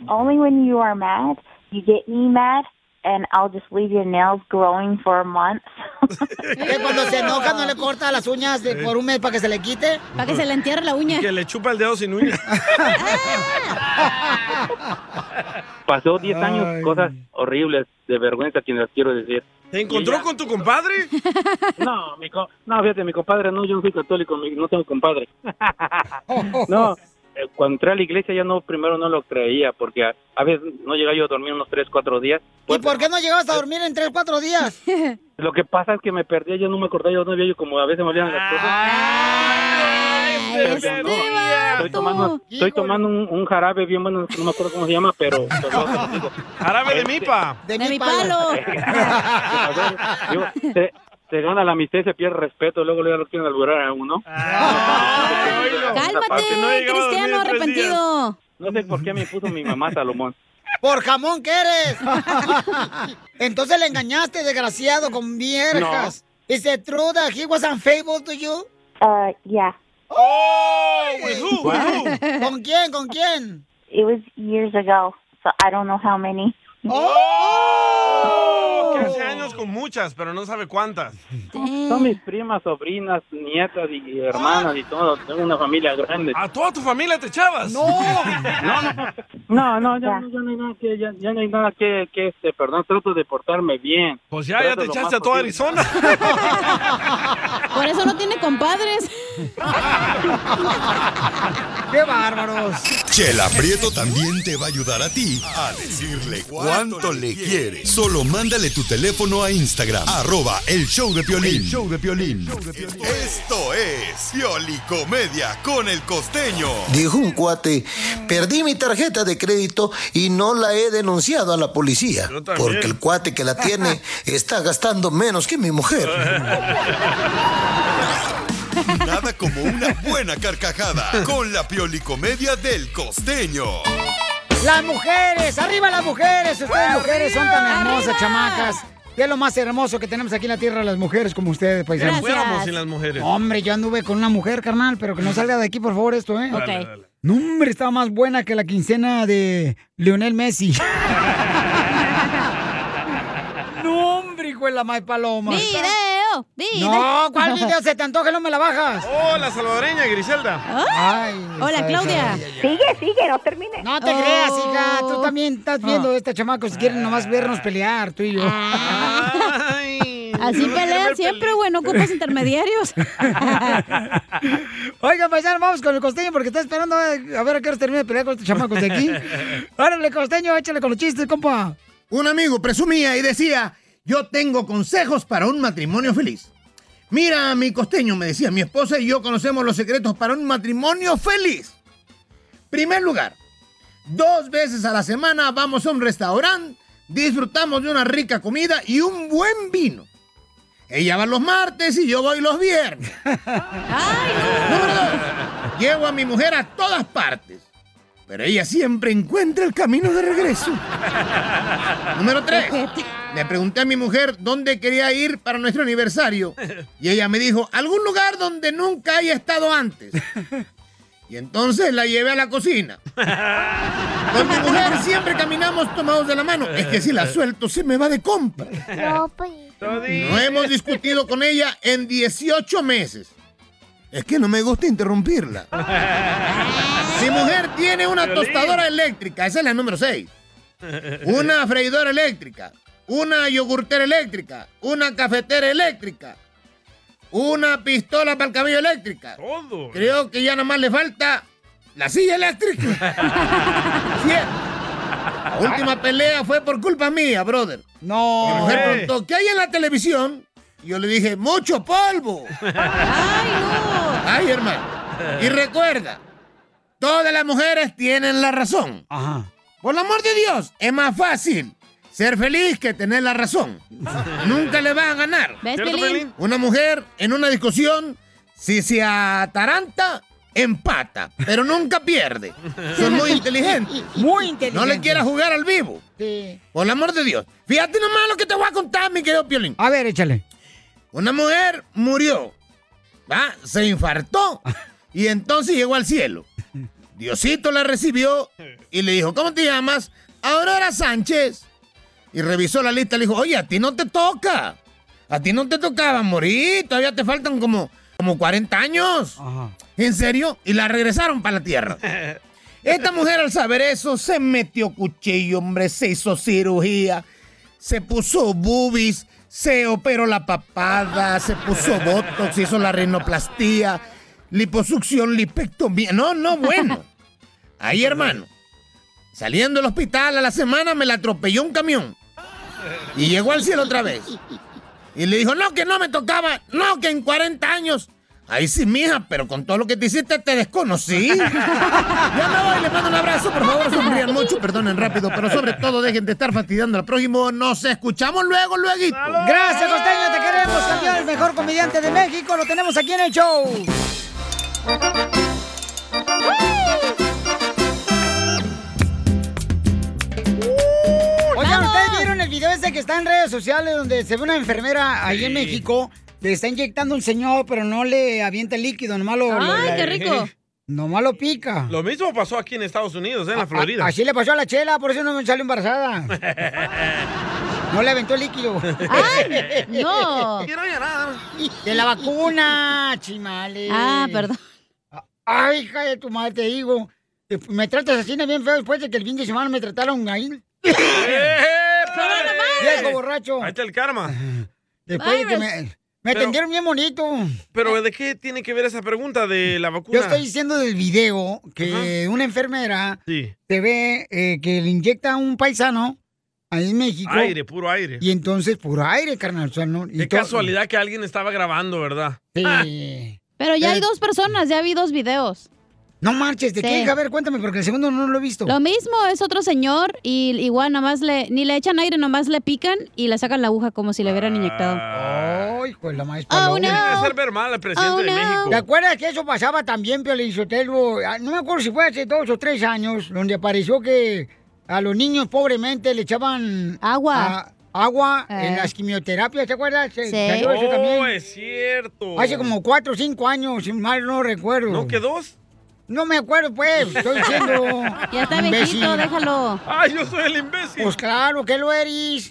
Only when you are mad, you get me mad, and I'll just leave your nails growing for a month. Que cuando se enoja no le corta las uñas de, por un mes para que se le quite. Para que se le entierre la uña. Que le chupa el dedo sin uña. Pasó 10 años, cosas horribles, de vergüenza, quien las quiero decir. ¿Te encontró con tu compadre? No, mi co- no, fíjate, mi compadre, no, yo no soy católico, mi- no tengo compadre. no, eh, cuando entré a la iglesia ya no, primero no lo creía, porque a, a veces no llegaba yo a dormir unos 3, 4 días. ¿Y por qué no llegabas a dormir en 3, 4 días? Lo que pasa es que me perdía, yo no me acordaba, yo no había yo como a veces me olvidan las cosas. Ah, Pero no, este estoy tomando, estoy tomando un, un jarabe bien bueno, no me acuerdo cómo se llama, pero... pues, Jarabe de Este, mipa. De, mi palo. Digo, se, se gana la amistad, y se pierde el respeto, luego le quieren alburar a uno. Cálmate, Cristiano arrepentido. No sé por qué me puso mi mamá Salomón. Por jamón que eres. Entonces le engañaste, desgraciado, con viejas. Is it true that he was unfaithful to you? Uh, yeah. Oh, ¿Con quién? ¿Con quién? It was years ago, so I don't know how many. ¡Oh! Que hace años con muchas, pero no sabe cuántas. Son mis primas, sobrinas, nietas y hermanas y todo. Tengo una familia grande. ¿A toda tu familia te echabas? ¡No! No, no, ya, no, ya no hay nada que, ya, ya no hay nada que, que este, perdón, trato de portarme bien. Pues ya, ya te echaste a toda Arizona. Por eso no tiene compadres. ¡Qué bárbaros! Chela Prieto también te va a ayudar a ti a decirle cuánto le quiere. Solo mándale tu teléfono a Instagram, arroba el show de Piolín. El show de Esto es Piolicomedia con el costeño. Dijo un cuate, perdí mi tarjeta de crédito y no la he denunciado a la policía, Yo también. porque el cuate que la tiene está gastando menos que mi mujer. Nada como una buena carcajada con la Piolicomedia del costeño. Las mujeres, arriba las mujeres. Ustedes ¡Arriba! mujeres son tan hermosas, ¡Arriba! chamacas. ¿Qué es lo más hermoso que tenemos aquí en la tierra, las mujeres como ustedes, paisanos? Que fuéramos sin las mujeres. Hombre, yo anduve con una mujer, carnal, pero que no salga de aquí, por favor, esto, ¿eh? Dale, Ok. dale. No, hombre, estaba más buena que la quincena de Lionel Messi. no, hombre, hijo de la May Paloma. Video, video. No, ¿cuál video se te antoja? No me la bajas. ¡Oh, la salvadoreña, Griselda! Ay, esa, esa, esa. Sigue, sigue, no termine. No te Oh. creas, hija. Tú también estás Ah. viendo esta chamaco. Si quieren nomás vernos pelear, tú y yo. Así pelean siempre, güey. No ocupas intermediarios. Oigan, paisano, vamos con el costeño porque está esperando a a ver a qué hora termina de pelear con estos chamacos de aquí. Órale, costeño, échale con los chistes, compa. Un amigo presumía y decía, yo tengo consejos para un matrimonio feliz. Mira, mi costeño, me decía, mi esposa y yo conocemos los secretos para un matrimonio feliz. Primer lugar, Dos veces a la semana vamos a un restaurante, disfrutamos de una rica comida y un buen vino. Ella va los martes y yo voy los viernes. Número dos, llevo a mi mujer a todas partes, pero ella siempre encuentra el camino de regreso. Número tres, le pregunté a mi mujer dónde quería ir para nuestro aniversario y ella me dijo, algún lugar donde nunca haya estado antes. Y entonces la llevé a la cocina. Con mi mujer siempre caminamos tomados de la mano. Es que si la suelto se me va de compra. No, No hemos discutido con ella en 18 meses. Es que no me gusta interrumpirla. Mi mujer tiene una Violín. tostadora eléctrica, esa es la número 6. Una freidora eléctrica, una yogurtera eléctrica, una cafetera eléctrica, una pistola para el cabello eléctrica. Creo que ya nada más le falta la silla eléctrica. Sí, La última pelea fue por culpa mía, brother. No. Mi mujer Eh. preguntó, ¿qué hay en la televisión? Y yo le dije, mucho polvo. Ay, no. Ay, hermano. Y recuerda, todas las mujeres tienen la razón. Por el amor de Dios, es más fácil ser feliz que tener la razón. Nunca le vas a ganar. ¿Ves, ¿Cierto, Pelín? Pelín? Una mujer en una discusión, si se ataranta, empata, pero nunca pierde. Son muy inteligentes. Muy No le inteligentes. quieras jugar al vivo. Sí. Por el amor de Dios. Fíjate nomás lo que te voy a contar, mi querido Piolín. A ver, échale. Una mujer murió. ¿va? Se infartó. Y entonces llegó al cielo. Diosito la recibió y le dijo, ¿cómo te llamas? Aurora Sánchez. Y revisó la lista y le dijo, oye, a ti no te toca. A ti no te tocaba morir. Todavía te faltan como, como 40 años. Ah. ¿En serio? Y la regresaron para la tierra. Esta mujer al saber eso se metió cuchillo, hombre, se hizo cirugía, se puso boobies, se operó la papada, se puso botox, se hizo la rinoplastía, liposucción, lipectomía. No, no, bueno. Ahí, hermano. Saliendo del hospital a la semana me la atropelló un camión. Y llegó al cielo otra vez. Y le dijo, no, que no me tocaba, no, que en 40 años. Ahí sí, mija, pero con todo lo que te hiciste te desconocí. Ya me voy, les mando un abrazo, por favor, sonrían mucho, perdonen rápido, pero sobre todo dejen de estar fastidiando al prójimo. Nos escuchamos luego, luego. Gracias, Costeño, te queremos, campeón, el mejor comediante de México, lo tenemos aquí en el show. Oigan, ¿ustedes vieron el video ese que está en redes sociales donde se ve una enfermera ahí en México? Le está inyectando un señor, pero no le avienta el líquido, nomás lo... lo- Ay, la- qué rico. Nomás lo pica. Lo mismo pasó aquí en Estados Unidos, ¿eh? en la Florida. A- así le pasó a la chela, por eso no me salió embarazada. No le aventó el líquido. ¡Ay, no! Quiero llorar. De la vacuna, chimales. Ah, perdón. Ay, hija de tu madre, te digo. Me tratas así de bien feo después de que el fin de semana me trataron ahí. Viejo borracho. Ahí está el karma. Después de que me, me Pero- atendieron bien bonito. Pero ¿de qué tiene que ver esa pregunta de la vacuna? Yo estoy diciendo del video que una enfermera Sí. te ve eh, que le inyecta a un paisano ahí en México. Aire, puro aire. Y entonces, puro aire, carnal. o sea, no- y Qué to- casualidad que alguien estaba grabando, ¿verdad? Ah. Sí. Pero ya Eh. hay dos personas, ya vi dos videos. No marches, ¿de Sí. qué? A ver, cuéntame, porque el segundo no lo he visto. Lo mismo es otro señor y igual nomás le, ni le echan aire, nomás le pican y le sacan la aguja como si le hubieran inyectado. Ah. Ay, pues la más Oh, paloma. no. Oh, Tiene que hacer ver mal al presidente de México. Oh, ¿Te acuerdas que eso pasaba también, Piolinsotelo? Ah, No me acuerdo si fue hace dos o tres años, donde apareció que a los niños pobremente le echaban agua. agua en Eh. las quimioterapias, ¿te acuerdas? Se- salió eso Oh, también. es cierto. Hace como cuatro o cinco años, si mal no recuerdo. ¿No que dos? No me acuerdo, pues, estoy diciendo. Ya está viejito, déjalo. Ay, yo soy el imbécil. Pues claro, que lo eres.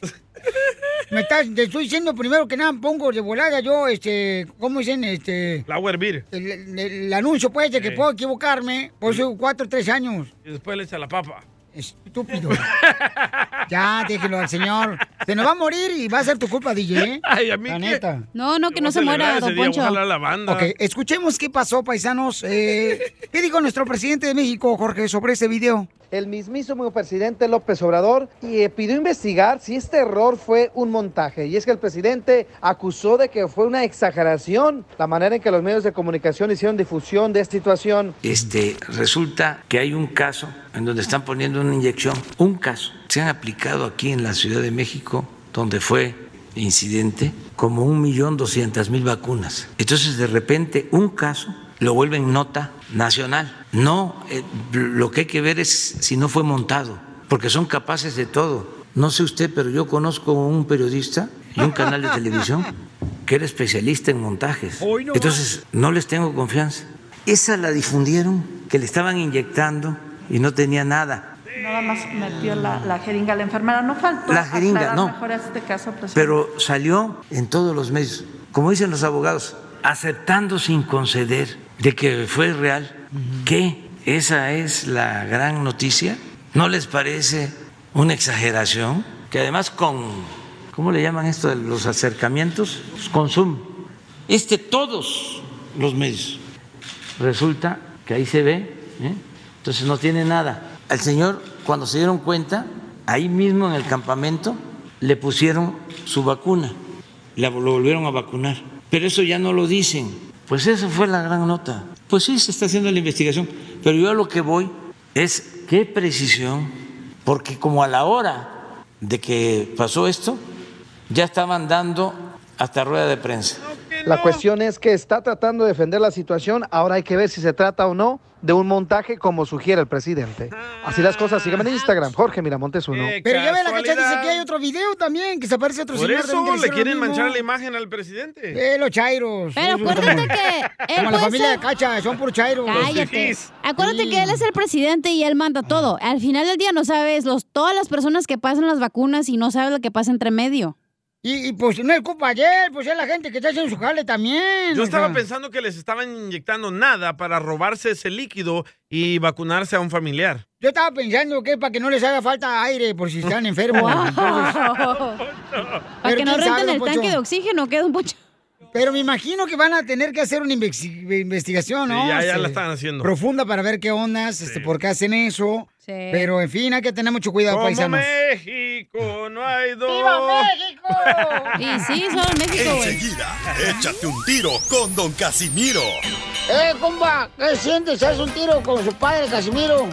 Me estás, te estoy diciendo primero que nada, pongo de volada yo, este, ¿cómo dicen? Este. La Werbeer. El, el- el anuncio, pues, de que Sí. puedo equivocarme por eso cuatro o tres años. Y después le echa la papa. Estúpido. ya, déjelo al señor. Se nos va a morir y va a ser tu culpa, DJ, ¿eh? Ay, a mí La qué. neta. No, no, que no se muera, don Poncho. Ok, escuchemos qué pasó, paisanos. Eh, ¿Qué dijo nuestro presidente de México, Jorge, sobre este video? el mismísimo presidente López Obrador y eh, pidió investigar si este error fue un montaje. Y es que el presidente acusó de que fue una exageración la manera en que los medios de comunicación hicieron difusión de esta situación. Este, resulta que hay un caso en donde están poniendo una inyección, un caso. Se han aplicado aquí en la Ciudad de México, donde fue incidente, como un millón doscientas mil vacunas. Entonces, de repente, un caso lo vuelven nota nacional. No, eh, lo que hay que ver es si no fue montado, porque son capaces de todo. No sé usted, pero yo conozco un periodista y un canal de televisión que era especialista en montajes. Entonces, no les tengo confianza. Esa la difundieron, que le estaban inyectando y no tenía nada. Nada más metió la, la jeringa a la enfermera. No faltó La jeringa, aclarar no. mejor este caso, presidente. Pero salió en todos los medios, como dicen los abogados, aceptando sin conceder de que fue real. ¿Qué? Esa es la gran noticia. ¿No les parece una exageración? Que además con, ¿cómo le llaman esto de los acercamientos? Con Zoom. Este todos los medios. Resulta que ahí se ve, ¿eh? entonces no tiene nada. Al señor, cuando se dieron cuenta, ahí mismo en el campamento, le pusieron su vacuna, la, lo volvieron a vacunar. Pero eso ya no lo dicen. Pues esa fue la gran nota. Pues sí, se está haciendo la investigación. Pero yo a lo que voy es qué precisión, porque como a la hora de que pasó esto, ya estaban dando hasta rueda de prensa. La cuestión es que está tratando de defender la situación, ahora hay que ver si se trata o no de un montaje como sugiere el presidente. Así las cosas, síganme en Instagram, Jorge Miramontes uno. Pero ya ve la cacha, dice que hay otro video también, que se aparece otro Por señor. eso también que le hicieron quieren lo mismo. manchar la imagen al presidente. Eh, los chairos. Pero acuérdate que él Ah. Como la Eh, puede familia ser- de Cacha, son por chairos. Cállate. Acuérdate que él Mm. es el presidente y él manda todo. Al final del día no sabes los, todas las personas que pasan las vacunas y no sabes lo que pasa entre medio. Y, pues no es culpa de él, pues es la gente que está haciendo su jale también. Yo o estaba sea. pensando que les estaban inyectando nada para robarse ese líquido y vacunarse a un familiar. Yo estaba pensando que para que no les haga falta aire por si están enfermos. Para que no renten el tanque de oxígeno, queda un pocho. Pero me imagino que van a tener que hacer una invexi- investigación, ¿no? Sí, ya, ya Este, la están haciendo. Profunda para ver qué ondas, este, por qué hacen eso. Sí. Pero en fin, hay que tener mucho cuidado, Como paisanos. México, no hay dos. ¡Viva México! Y sí, solo en México, güey. Enseguida, échate un tiro con Don Casimiro. ¡Eh, comba! ¿Qué sientes? ¿Haz un tiro con su padre, Casimiro?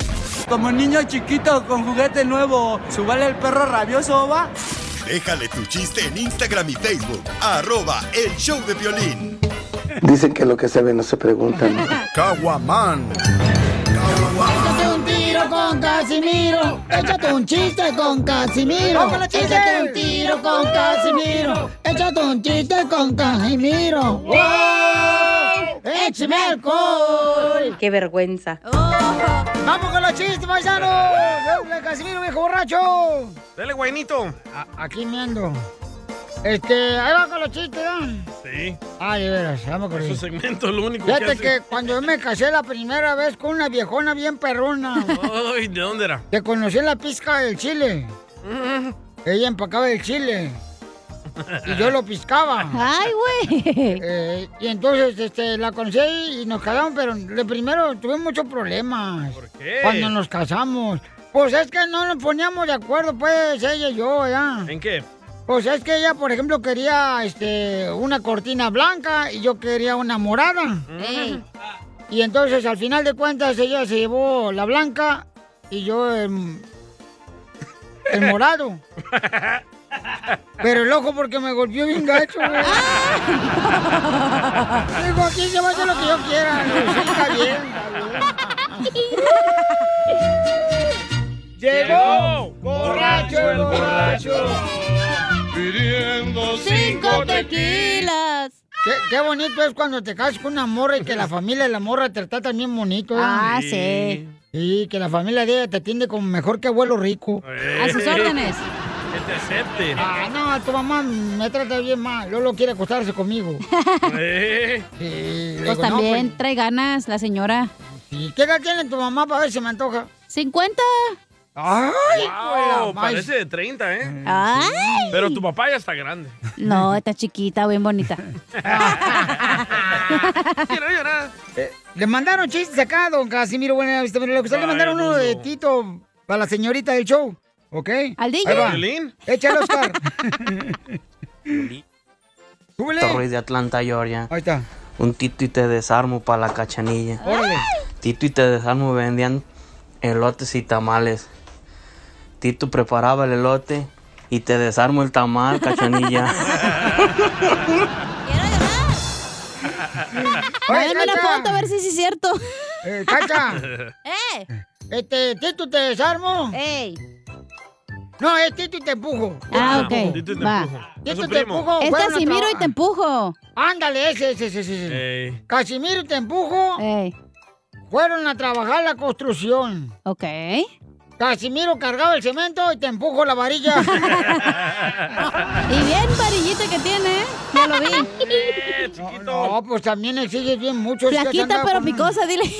Como niño chiquito con juguete nuevo, subale el perro rabioso, va. Déjale tu chiste en Instagram y Facebook. Arroba el show de violín. Dicen que lo que se ve no se preguntan. Caguaman. Échate un tiro con Casimiro. Échate un chiste con Casimiro. ¡Vamos con los chistes! Échate un tiro con Casimiro. Échate un chiste con Casimiro. ¡Wow! ¡Échame alcohol! ¡Qué vergüenza! ¡Vamos con los chistes, paisanos! ¡Dale, Casimiro, viejo borracho! Dale, guainito. Aquí me ando. Este, ahí va con los chistes, ¿eh? Sí. Ay, de veras, vamos con Su eso. segmento es lo único que Fíjate hace. que cuando yo me casé la primera vez con una viejona bien perruna. Ay, Oh, ¿de dónde era? Te conocí en la pizca del chile. Ella empacaba el chile. Y yo lo piscaba. Eh, Ay, güey. y entonces este, la conocí ahí y nos casamos, pero de primero tuve muchos problemas. ¿Por qué? Cuando nos casamos. Pues es que no nos poníamos de acuerdo, pues, ella y yo, ya. ¿En qué? Pues es que ella, por ejemplo, quería este, una cortina blanca y yo quería una morada. Ey. Y entonces, al final de cuentas, ella se llevó la blanca y yo em, el, morado. Pero el ojo porque me golpeó bien gacho, güey. Digo, aquí se va a hacer lo que yo quiera. ¿no? Sí, está bien. Llegó borracho el borracho. Pidiendo Qué, qué bonito es cuando te casas con una morra y que la familia de la morra te trata bien bonito. ¿eh? Ah, sí. Y que la familia de ella te atiende como mejor que abuelo rico. A sus órdenes. Que te acepte. Ah, no, tu mamá me trata bien mal. Lolo quiere acostarse conmigo. Eh. Sí, le Pues digo, no, también trae ganas la señora. ¿Y qué edad tiene tu mamá para ver si me antoja? 50. ¡Ay! Wow, hijo de la más. parece de 30, ¿eh? Ay. Pero tu papá ya está grande. No, está chiquita, bien bonita. Quiero llorar. Eh, Le mandaron chistes acá, don Casimiro. Buena vista, mira, lo que usted le Ay, mandaron uno no, de no. Tito para la señorita del show. ¿Ok? Al DJ. ¿Violín? Échale, Oscar. Súbele. Torres de Atlanta, Georgia. Ahí está. Un Tito y te desarmo para la cachanilla. Órale. Tito y te desarmo vendían elotes y tamales. Tito preparaba el elote y te desarmo el tamal, cachanilla. Mándame una foto a ver si sí es cierto. Eh, Cacha. ¡Eh! Este, Tito, te desarmo. ¡Ey! No, es Tito y te empujo. Ah, Tito y ok. te empujo. Va. Tito y te empujo. Es fueron a Casimiro y trabajar. te empujo. Ándale, ese, ese, ese, ese. Casimiro y te empujo. Fueron a trabajar la construcción. Ok. Casimiro cargaba el cemento y te empujo la varilla. Y bien varillita que tiene, ¿eh? Ya lo vi. No, no, pues también exiges bien mucho. es que se Flaquita anda pero con- picosa, dile.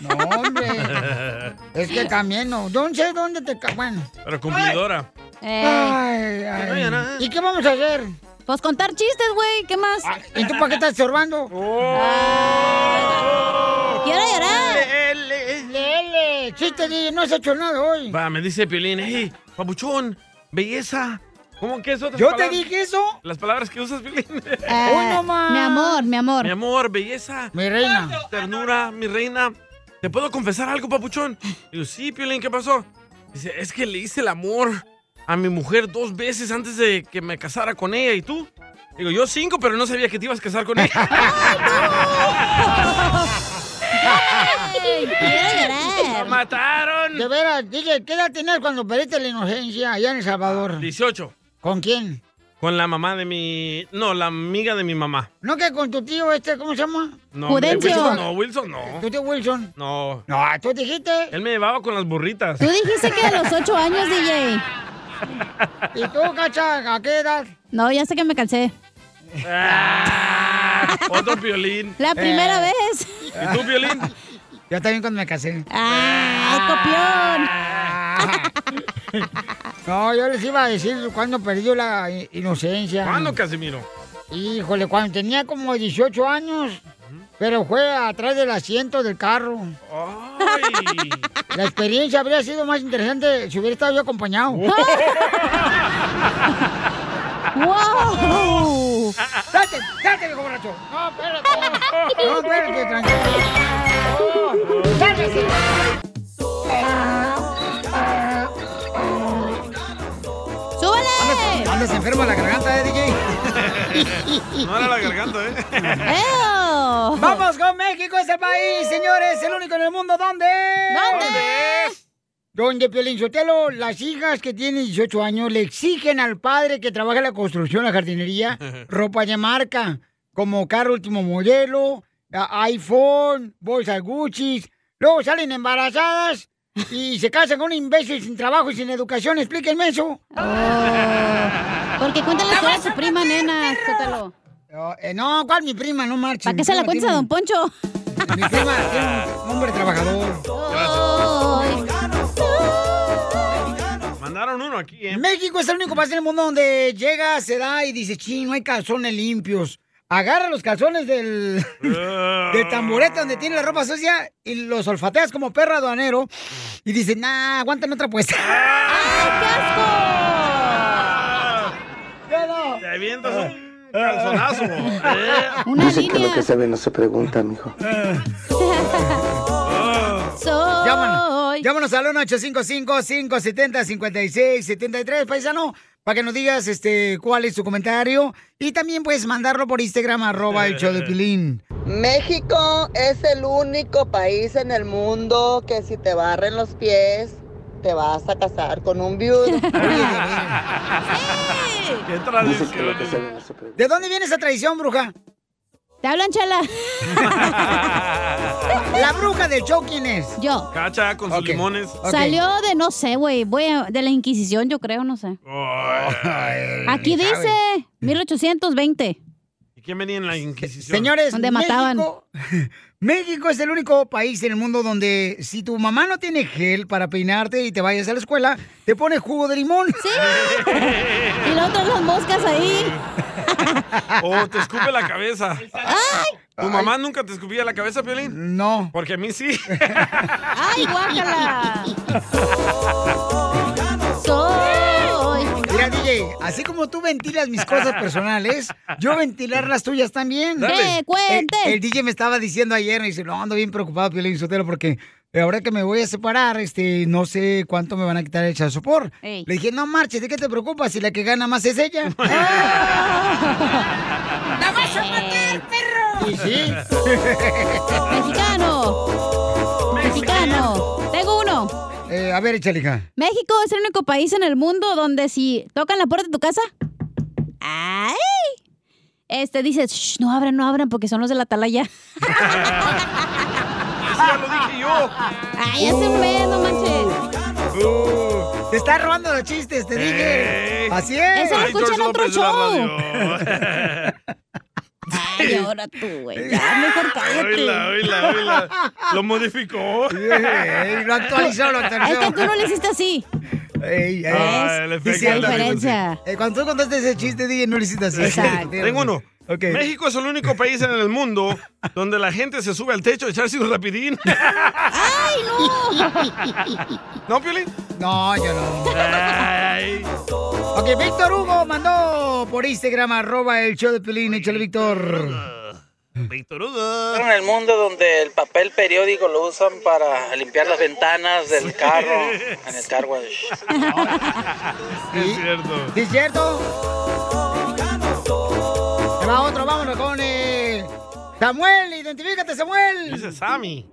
No, hombre. Eh, Es que también no. No sé dónde te... ca- Bueno. Pero cumplidora. Ay, ay. ¿Y qué vamos a hacer? Ah, Pues contar chistes, güey. ¿Qué más? ¿Y tú para qué estás estorbando? Oh. Ah, ¡Quiero llorar! Lele, lele. Chiste, DJ, no has hecho nada hoy. Va, me dice Piolín, hey, papuchón, belleza. ¿Cómo que es otra ¿Yo te dije eso? Las palabras que usas, Piolín. Eh, mi amor, mi amor. Mi amor, belleza. Mi reina. Ternura, mi reina. ¿Te puedo confesar algo, papuchón? Digo, sí, Piolín, ¿qué pasó? Dice, es que le hice el amor a mi mujer dos veces antes de que me casara con ella. ¿Y tú? Digo, yo cinco, pero no sabía que te ibas a casar con ella. ¡Lo mataron! De veras, DJ, ¿qué edad tenías cuando perdiste la inocencia allá en El Ah, Salvador? 18. ¿Con quién? Con la mamá de mi... No, la amiga de mi mamá. ¿No que con tu tío este, cómo se llama? No, hombre, Wilson no, Wilson no. ¿Tu tío Wilson? No. No, tú dijiste. Él me llevaba con las burritas. Tú dijiste que a los ocho años, DJ. ¿Y tú, Cacha, a qué edad? No, ya sé que me cansé. Ah, otro violín. La primera Eh. vez. ¿Y tú, violín? Yo también cuando me casé. Ah, ¡Ay, copión! No, yo les iba a decir cuando perdió la i- inocencia. ¿Cuándo, Casimiro? Híjole, cuando tenía como 18 años, pero fue atrás del asiento del carro. La experiencia habría sido más interesante si hubiera estado yo acompañado. ¡Wow! ¡Date, date, viejo borracho! ¡No, espérate! ¡No, espérate, tranquilo! ¡Sálvese! Ah, ¡Súbele! Andas enfermo en la garganta, ¿eh, DJ? No era la garganta, ¿eh? ¡Vamos con México, es el país, Uh. señores! ¡El único en el mundo! ¿Dónde? ¿Dónde? Donde, Piolín Sotelo, las hijas que tienen 18 años le exigen al padre que trabaja en la construcción, la jardinería, ropa de marca, como carro último modelo, a- iPhone, bolsa Gucci. Luego salen embarazadas y se casan con un imbécil sin trabajo y sin educación. Explíquenme eso. Oh. Porque cuéntale toda a su prima, nena. Sótalo. Eh, no, ¿cuál mi prima? No marches. ¿Para qué se la cuentas a don Poncho? Mi prima tiene un hombre trabajador. Mandaron uno aquí, ¿eh? México es el único país en el mundo donde llega, se da y dice, ching, no hay calzones limpios. Agarra los calzones del, del tamborete donde tiene la ropa sucia y los olfateas como perro aduanero y dice, nah, aguántame otra puesta. Ah, Te avientas Ah. un calzonazo. ¿eh? Dicen que lo que se ve no se pregunta, mijo. Llámanos, llámanos al 1-855-570-5673, paisano, para que nos digas este cuál es tu comentario. Y también puedes mandarlo por Instagram, arroba el show de Pilín. México es el único país en el mundo que si te barren los pies, te vas a casar con un viudo. ¡Eh! ¡Qué Dicen que lo que se ve no se pregunta. ¿De dónde viene esa tradición, bruja? Te hablan, chala. ¿La bruja del show quién es? Yo. Cacha con sus limones. Salió de, no sé, güey, voy a- de la Inquisición, yo creo, no sé. Eh, Aquí dice 1820. ¿Y quién venía en la Inquisición? Señores, Donde mataban. México, México es el único país en el mundo donde si tu mamá no tiene gel para peinarte y te vayas a la escuela, te pone jugo de limón. Sí. Y luego todas las moscas ahí. Oh, te escupe la cabeza. ¡Ay! ¿Tu mamá nunca te escupía la cabeza, Piolín? No. Porque a mí sí. ¡Ay, guácala! Mira, DJ, así como tú ventilas mis cosas personales, yo ventilar las tuyas también. Dale. ¡Que cuente! El, el DJ me estaba diciendo ayer, me dice, no, ando bien preocupado, Piolín Sotelo, porque ahora que me voy a separar, este, no sé cuánto me van a quitar el chasopor. Ey. Le dije, no marches, ¿de qué te preocupas? Si la que gana más es ella. ¡La vas a matar, perro! Y "Ah". sí. ¡Mexicano! ¡Mexicano! Tengo uno. Eh, a ver, échale, hija. México es el único país en el mundo donde si tocan la puerta de tu casa, ¡ay! Este dices, "Shh, no abran, no abran porque son los de la atalaya. ya lo dije yo. Ay, hace un mes, no manches. Uh, Te está robando los chistes, te dije. Así es. Eso lo Ay, escuchan en otro George López de la show. radio. Ay, ahora tú, güey. Ya, mejor cállate. Oíla, oíla, oíla. Lo modificó. Ey, lo actualizó, lo actualizó. Es que tú no le hiciste así. Ey, ey. Ah, el efecto pues, Dice, de la diferencia. Eh, cuando tú contaste ese chiste, DJ, no lo hiciste así. Tengo uno. Ok. México es el único país en el mundo donde la gente se sube al techo a echarse un rapidín. ¡Ay, ¿No, Piolín? No, yo no. Ay. Ok, Víctor Hugo mandó por Instagram arroba el show de Pelín. Échale, Víctor. Víctor Hugo. En el mundo donde el papel periódico lo usan para limpiar las ventanas del carro, en el car wash. Es cierto. ¿Sí es cierto? Ahí va otro, vámonos con eh, Samuel. Identifícate, Samuel. Dice Sammy.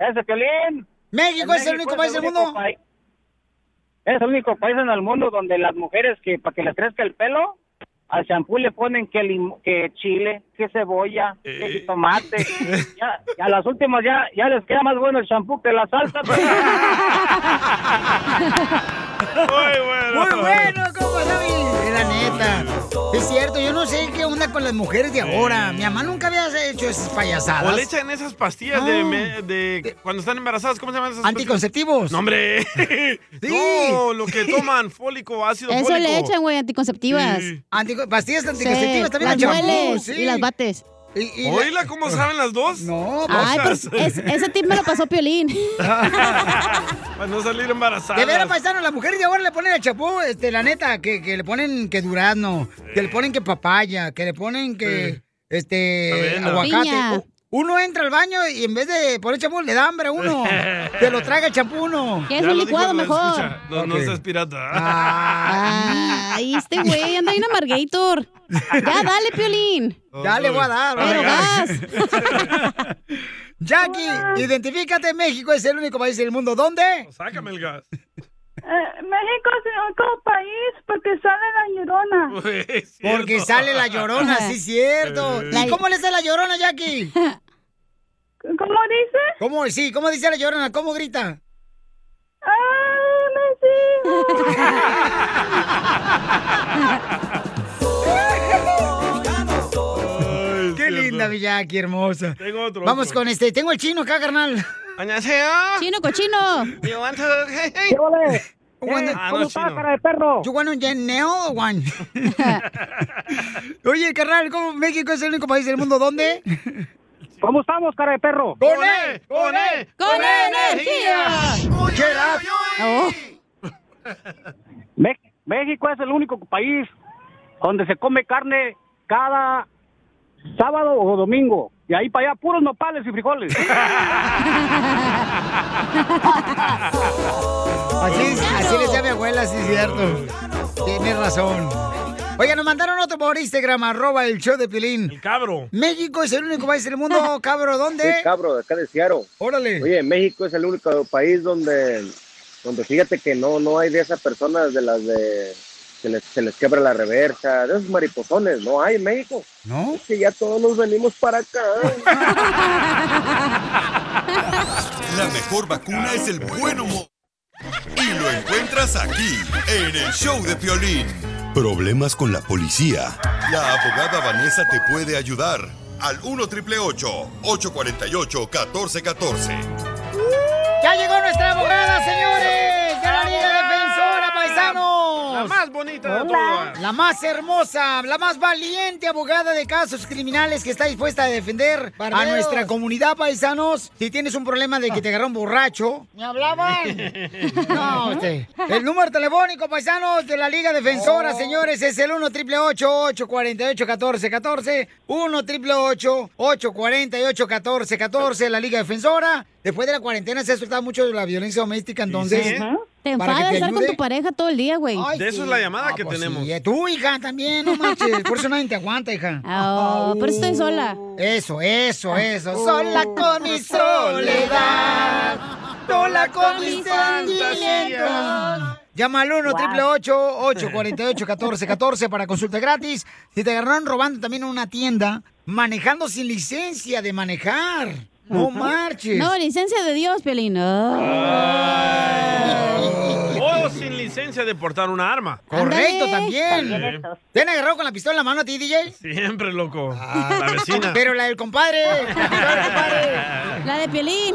Ese Piolín. México es el único país del mundo. pai- Es el único país en el mundo donde las mujeres que para que les crezca el pelo al champú le ponen que, lim- que chile, que cebolla, que tomate. ya, y a las últimas ya ya les queda más bueno el champú que la salsa. Muy bueno. Muy bueno, compa Sammy. Es la neta. Es cierto, yo no sé qué onda con las mujeres de ahora. Mi mamá nunca había hecho esas O le payasadas. Ah. echan esas pastillas de, No. me- de cuando están embarazadas, ¿cómo se llaman esas? Anticonceptivos. No, hombre. No, lo que toman, fólico, ácido Eso fólico. le echan, güey, anticonceptivas. Sí. Antico- pastillas Sí, anticonceptivas también. Las el champú, mueles sí. y las bates. Y- y Oíla, ¿cómo saben las dos? No, Ay, pues. pero es- ese tip me lo pasó Piolín. Para no salir embarazadas. De veras, paisano, las mujeres de ahora le ponen el chapú, este, la neta, que, que le ponen que durazno, que le ponen que papaya, que le ponen que, este, Avena. aguacate. Piña. U- Uno entra al baño y en vez de poner champú, le da hambre a uno. Te lo traga el champú uno. Que es un licuado no, mejor. escucha, No, no Ok. seas pirata. ¿ah? Ay, este güey anda bien amargator. Ya, dale, Piolín. Ya le voy a dar. Pero vas. Jackie, identifícate, México es el único país del mundo. ¿Dónde? Sácame el gas. Eh, México es el único país porque sale la llorona. Porque sale la llorona, sí es cierto. La- ¿Y cómo le sale la llorona, Jackie? ¿Cómo dice? ¿Cómo? Sí, ¿cómo dice la llorona? ¿Cómo grita? Qué linda, mi Jackie, hermosa. Tengo otro. Vamos otro. con este. Tengo el chino acá, carnal. Chino cochino. You want to... hey, hey. Cuando- Ah, no, chino. de perro? You wanna get nailed, one. Oye, carnal, ¿cómo México es el único país del mundo donde? ¿Cómo estamos, cara de perro? ¡Con E! ¡Con E! ¡Con energía! Get up. Me- México es el único país donde se come carne cada sábado o domingo. Y ahí para allá, puros nopales y frijoles. Así, así le decía mi abuela, sí es cierto. Tienes razón. Oiga, nos mandaron otro por Instagram, arroba el show de Pilín. El cabro. México es el único país del mundo, cabro, ¿dónde? Sí, cabro, de acá de Seattle. Órale. Oye, México es el único país donde, donde fíjate que no, no hay de esas personas de las de que les- se les quebra la reversa, de esos mariposones, no hay en México. No. Es que ya todos nos venimos para acá. La mejor vacuna es el buen humor. Y lo encuentras aquí, en el show de Piolín. Problemas con la policía. La abogada Vanessa te puede ayudar. Al 1 848 1414 ¡Ya llegó nuestra abogada, señores! ¡De la Liga Defensora, paisano! La más bonita. bonita de todas. La más hermosa, la más valiente abogada de casos criminales que está dispuesta a defender a Barberos. nuestra comunidad, paisanos. Si tienes un problema de que te agarraron borracho, ¡Me hablaban! No, este. usted. El número telefónico, paisanos, de la Liga Oh. Defensora, señores, es el 1 888 848 1414 1 888 848 1414 la Liga Defensora. Después de la cuarentena se ha soltado mucho de la violencia doméstica, entonces... sí. Ajá. Te para que enfadas estar con ayude. tu pareja todo el día, güey. Ay, De eso sí. es la llamada Ah, que pues tenemos. sí, eh, tú, hija, también, no manches. Por eso nadie te aguanta, hija. Ah, oh, pero estoy sola. Eso, eso, Ah. eso. Sola con mi soledad. Sola con mis sentimientos. Llama al 1 848 1414 para consulta gratis. Si te agarraron robando también en una tienda, manejando sin licencia de manejar. No marches. No, licencia de Dios, Piolín. O Oh, sin licencia de portar una arma. Correcto, También también. ¿Te han agarrado con la pistola en la mano a ti, DJ? Siempre, loco. La vecina. Pero la del compadre. La de Piolín.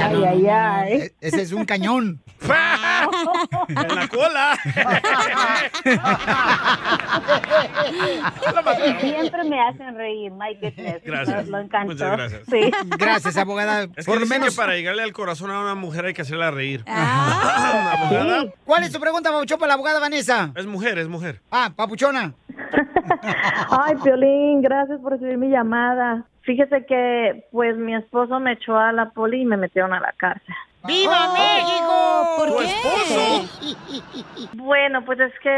Ay, ay, ay. E-, Ese es un cañón. En la cola. Siempre me hacen reír, my goodness. Gracias. Lo encantó. Muchas gracias. Sí. Es que dicen que para llegarle al corazón a una mujer hay que hacerla reír. abogada. ¿Cuál es tu pregunta, Papuchón, para la abogada Vanessa? Es mujer, es mujer. Ah, Papuchona. Ay, Piolín, gracias por recibir mi llamada. Fíjese que, pues, mi esposo me echó a la poli y me metieron a la cárcel. ¡Viva México! ¿Por Oh, qué? Bueno, pues es que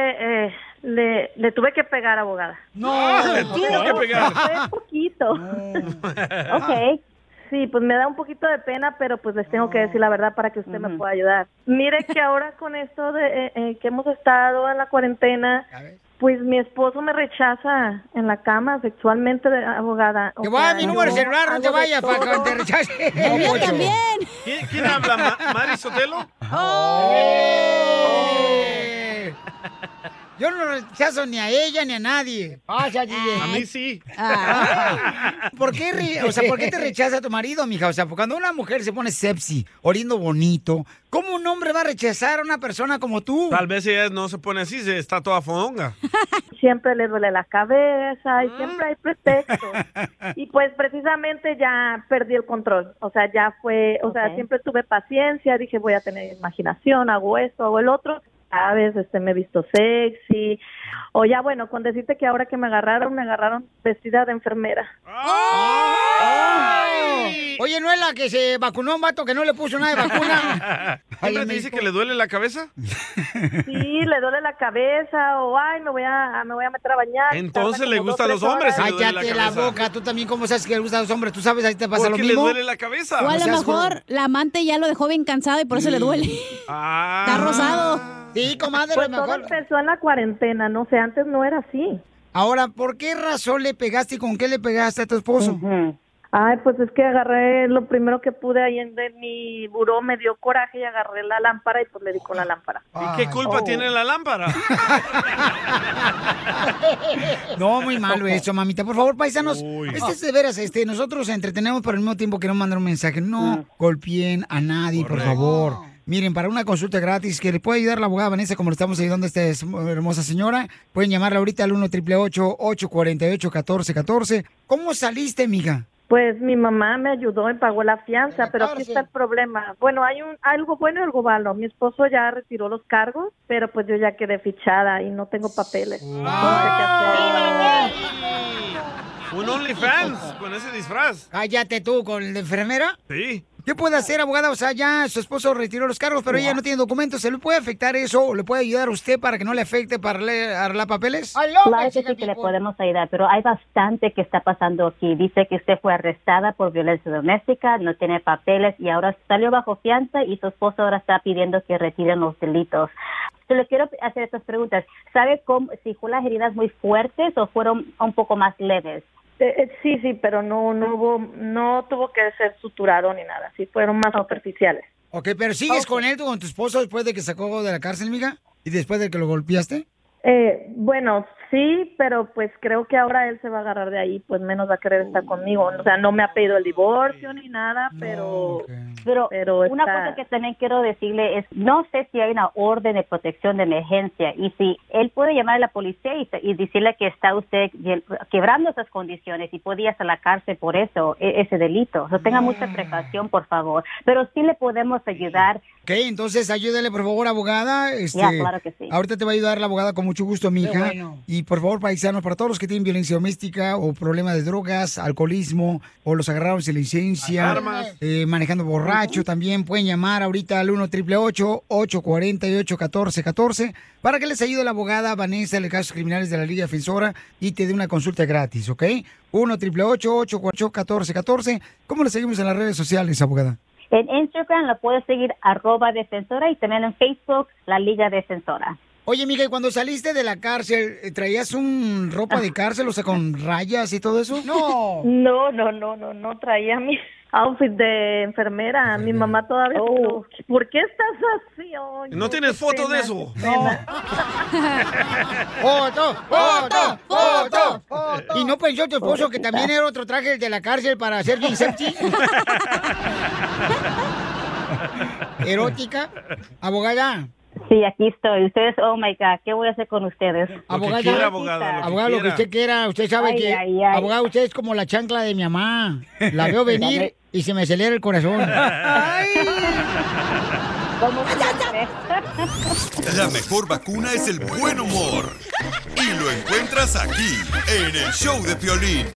eh, le, le tuve que pegar, abogada. ¡No! Ah, le tuvo que pegar! Fue poquito. ok. Sí, pues me da un poquito de pena, pero pues les tengo que decir la verdad para que usted me pueda ayudar. Mire que ahora con esto de eh, eh, que hemos estado en la cuarentena, pues mi esposo me rechaza en la cama sexualmente, de- abogada. Te O voy a dar mi sea, número de yo celular, no hago te de vayas, todo. para que te rechace. El mío también. ¿Quién, quién habla? Ma- ¿Mari Sotelo? ¡Eh! Yo no rechazo ni a ella ni a nadie. Pasa, DJ. A mí sí. Ah. ¿Por qué, re- o sea, ¿por qué te rechaza tu marido, mija? O sea, cuando una mujer se pone sepsi, oliendo bonito, ¿cómo un hombre va a rechazar a una persona como tú? Tal vez ella no se pone así, se está toda fodonga. Siempre le duele la cabeza y Ah. siempre hay pretextos. y pues precisamente ya perdí el control. O sea, ya fue, o sea, siempre tuve paciencia, dije voy a tener imaginación, hago esto, hago el otro. A veces este, me he visto sexy. O ya, bueno, con decirte que ahora que me agarraron, me agarraron vestida de enfermera. Ah. ¡Ay! Oye, ¿no es la que se vacunó a un vato que no le puso nada de vacuna? ¿Siempre te dice que le duele la cabeza? Sí, le duele la cabeza o ay, me voy a me voy a meter a bañar. Entonces le gusta gustan los hombres. si le duele Cállate la, la cabeza. boca, tú también, ¿cómo sabes que le gustan los hombres? ¿Tú sabes ahí te pasa lo Porque le mismo? duele la cabeza. O a No lo seas mejor la amante ya lo dejó bien cansado y por eso le duele. Está rosado. Sí, comadre, Pues a lo todo mejor. empezó en la cuarentena, no sé, antes no era así. Ahora, ¿por qué razón le pegaste y con qué le pegaste a tu esposo? Ay, pues es que agarré lo primero que pude ahí en de mi buró, me dio coraje y agarré la lámpara y pues le di con la lámpara. ¿Y qué culpa Oh. tiene la lámpara? No, muy malo eso, mamita. Por favor, paisanos, este es de veras, este, nosotros entretenemos, pero al mismo tiempo queremos mandar un mensaje. No Mm. golpeen a nadie, por favor. Miren, para una consulta gratis que le puede ayudar la abogada Vanessa, como le estamos ayudando a esta es- hermosa señora, pueden llamarla ahorita al 1 848 1414 ¿Cómo saliste, mija? Pues mi mamá me ayudó y pagó la fianza, pero aquí está el problema. Bueno, hay un algo bueno y algo malo. Mi esposo ya retiró los cargos, pero pues yo ya quedé fichada y no tengo papeles. Oh. Un OnlyFans con ese disfraz. Cállate tú, con la enfermera. Sí. ¿Qué puede hacer, abogada? O sea, ya su esposo retiró los cargos, pero ella no tiene documentos. ¿Se le puede afectar eso o le puede ayudar a usted para que no le afecte para le- arreglar papeles? Claro que sí que le podemos ayudar, pero hay bastante que está pasando aquí. Dice que usted fue arrestada por violencia doméstica, no tiene papeles y ahora salió bajo fianza y su esposo ahora está pidiendo que retiren los delitos. Yo le quiero hacer estas preguntas. ¿Sabe cómo, si fue las heridas muy fuertes o fueron un poco más leves? Eh, sí, sí, pero no, no hubo, no tuvo que ser suturado ni nada. Sí, fueron más superficiales. Ok, pero ¿sigues con él, con tu esposo, después de que sacó de la cárcel, mija? ¿Y después de que lo golpeaste? Eh, bueno, Sí, pero pues creo que ahora él se va a agarrar de ahí, pues menos va a querer estar conmigo. O sea, no me ha pedido el divorcio ni nada, pero... Pero, una está- cosa que también quiero decirle es, no sé si hay una orden de protección de emergencia y si él puede llamar a la policía y, y decirle que está usted ye- quebrando esas condiciones y puede irse a la cárcel por eso, e- ese delito. O sea, tenga mucha precaución, por favor. Pero Ah. sí le podemos ayudar. Ok, entonces ayúdale por favor, abogada. Este, Ya, claro que sí. Ahorita te va a ayudar la abogada con mucho gusto, mija. Qué bueno. Y por favor, paisanos, para todos los que tienen violencia doméstica o problemas de drogas, alcoholismo, o los agarraron sin licencia, Armas. eh, manejando borracho también, pueden llamar ahorita al 1 888 848 1414 para que les ayude la abogada Vanessa de casos criminales de la Liga Defensora y te dé una consulta gratis, ¿ok? 1 888 848 1414 ¿Cómo le seguimos en las redes sociales, abogada? En Instagram lo puede seguir arroba defensora y también en Facebook la Liga Defensora. Oye, mija, ¿y cuando saliste de la cárcel, eh, traías un ropa de cárcel, o sea, con rayas y todo eso? No. No, no, no, no, no traía mi outfit de enfermera. Mi mamá todavía. dijo, ¿Por qué estás así? Ay, ¿No tienes foto de eso? ¡Foto! ¡Foto! ¡Foto! ¡Foto! ¿Y no pensó tu esposo que también era otro traje el de la cárcel para hacer bien safety? ¿Erótica? Abogada. Sí, aquí estoy. Ustedes, oh my God, ¿qué voy a hacer con ustedes? Abogada, abogada, lo que usted quiera, usted sabe Ay, que, ay, ay. abogada, usted es como la chancla de mi mamá, la veo venir y se me acelera el corazón. ¿Cómo se La mejor vacuna es el buen humor. Y lo encuentras aquí, en el show de Piolín.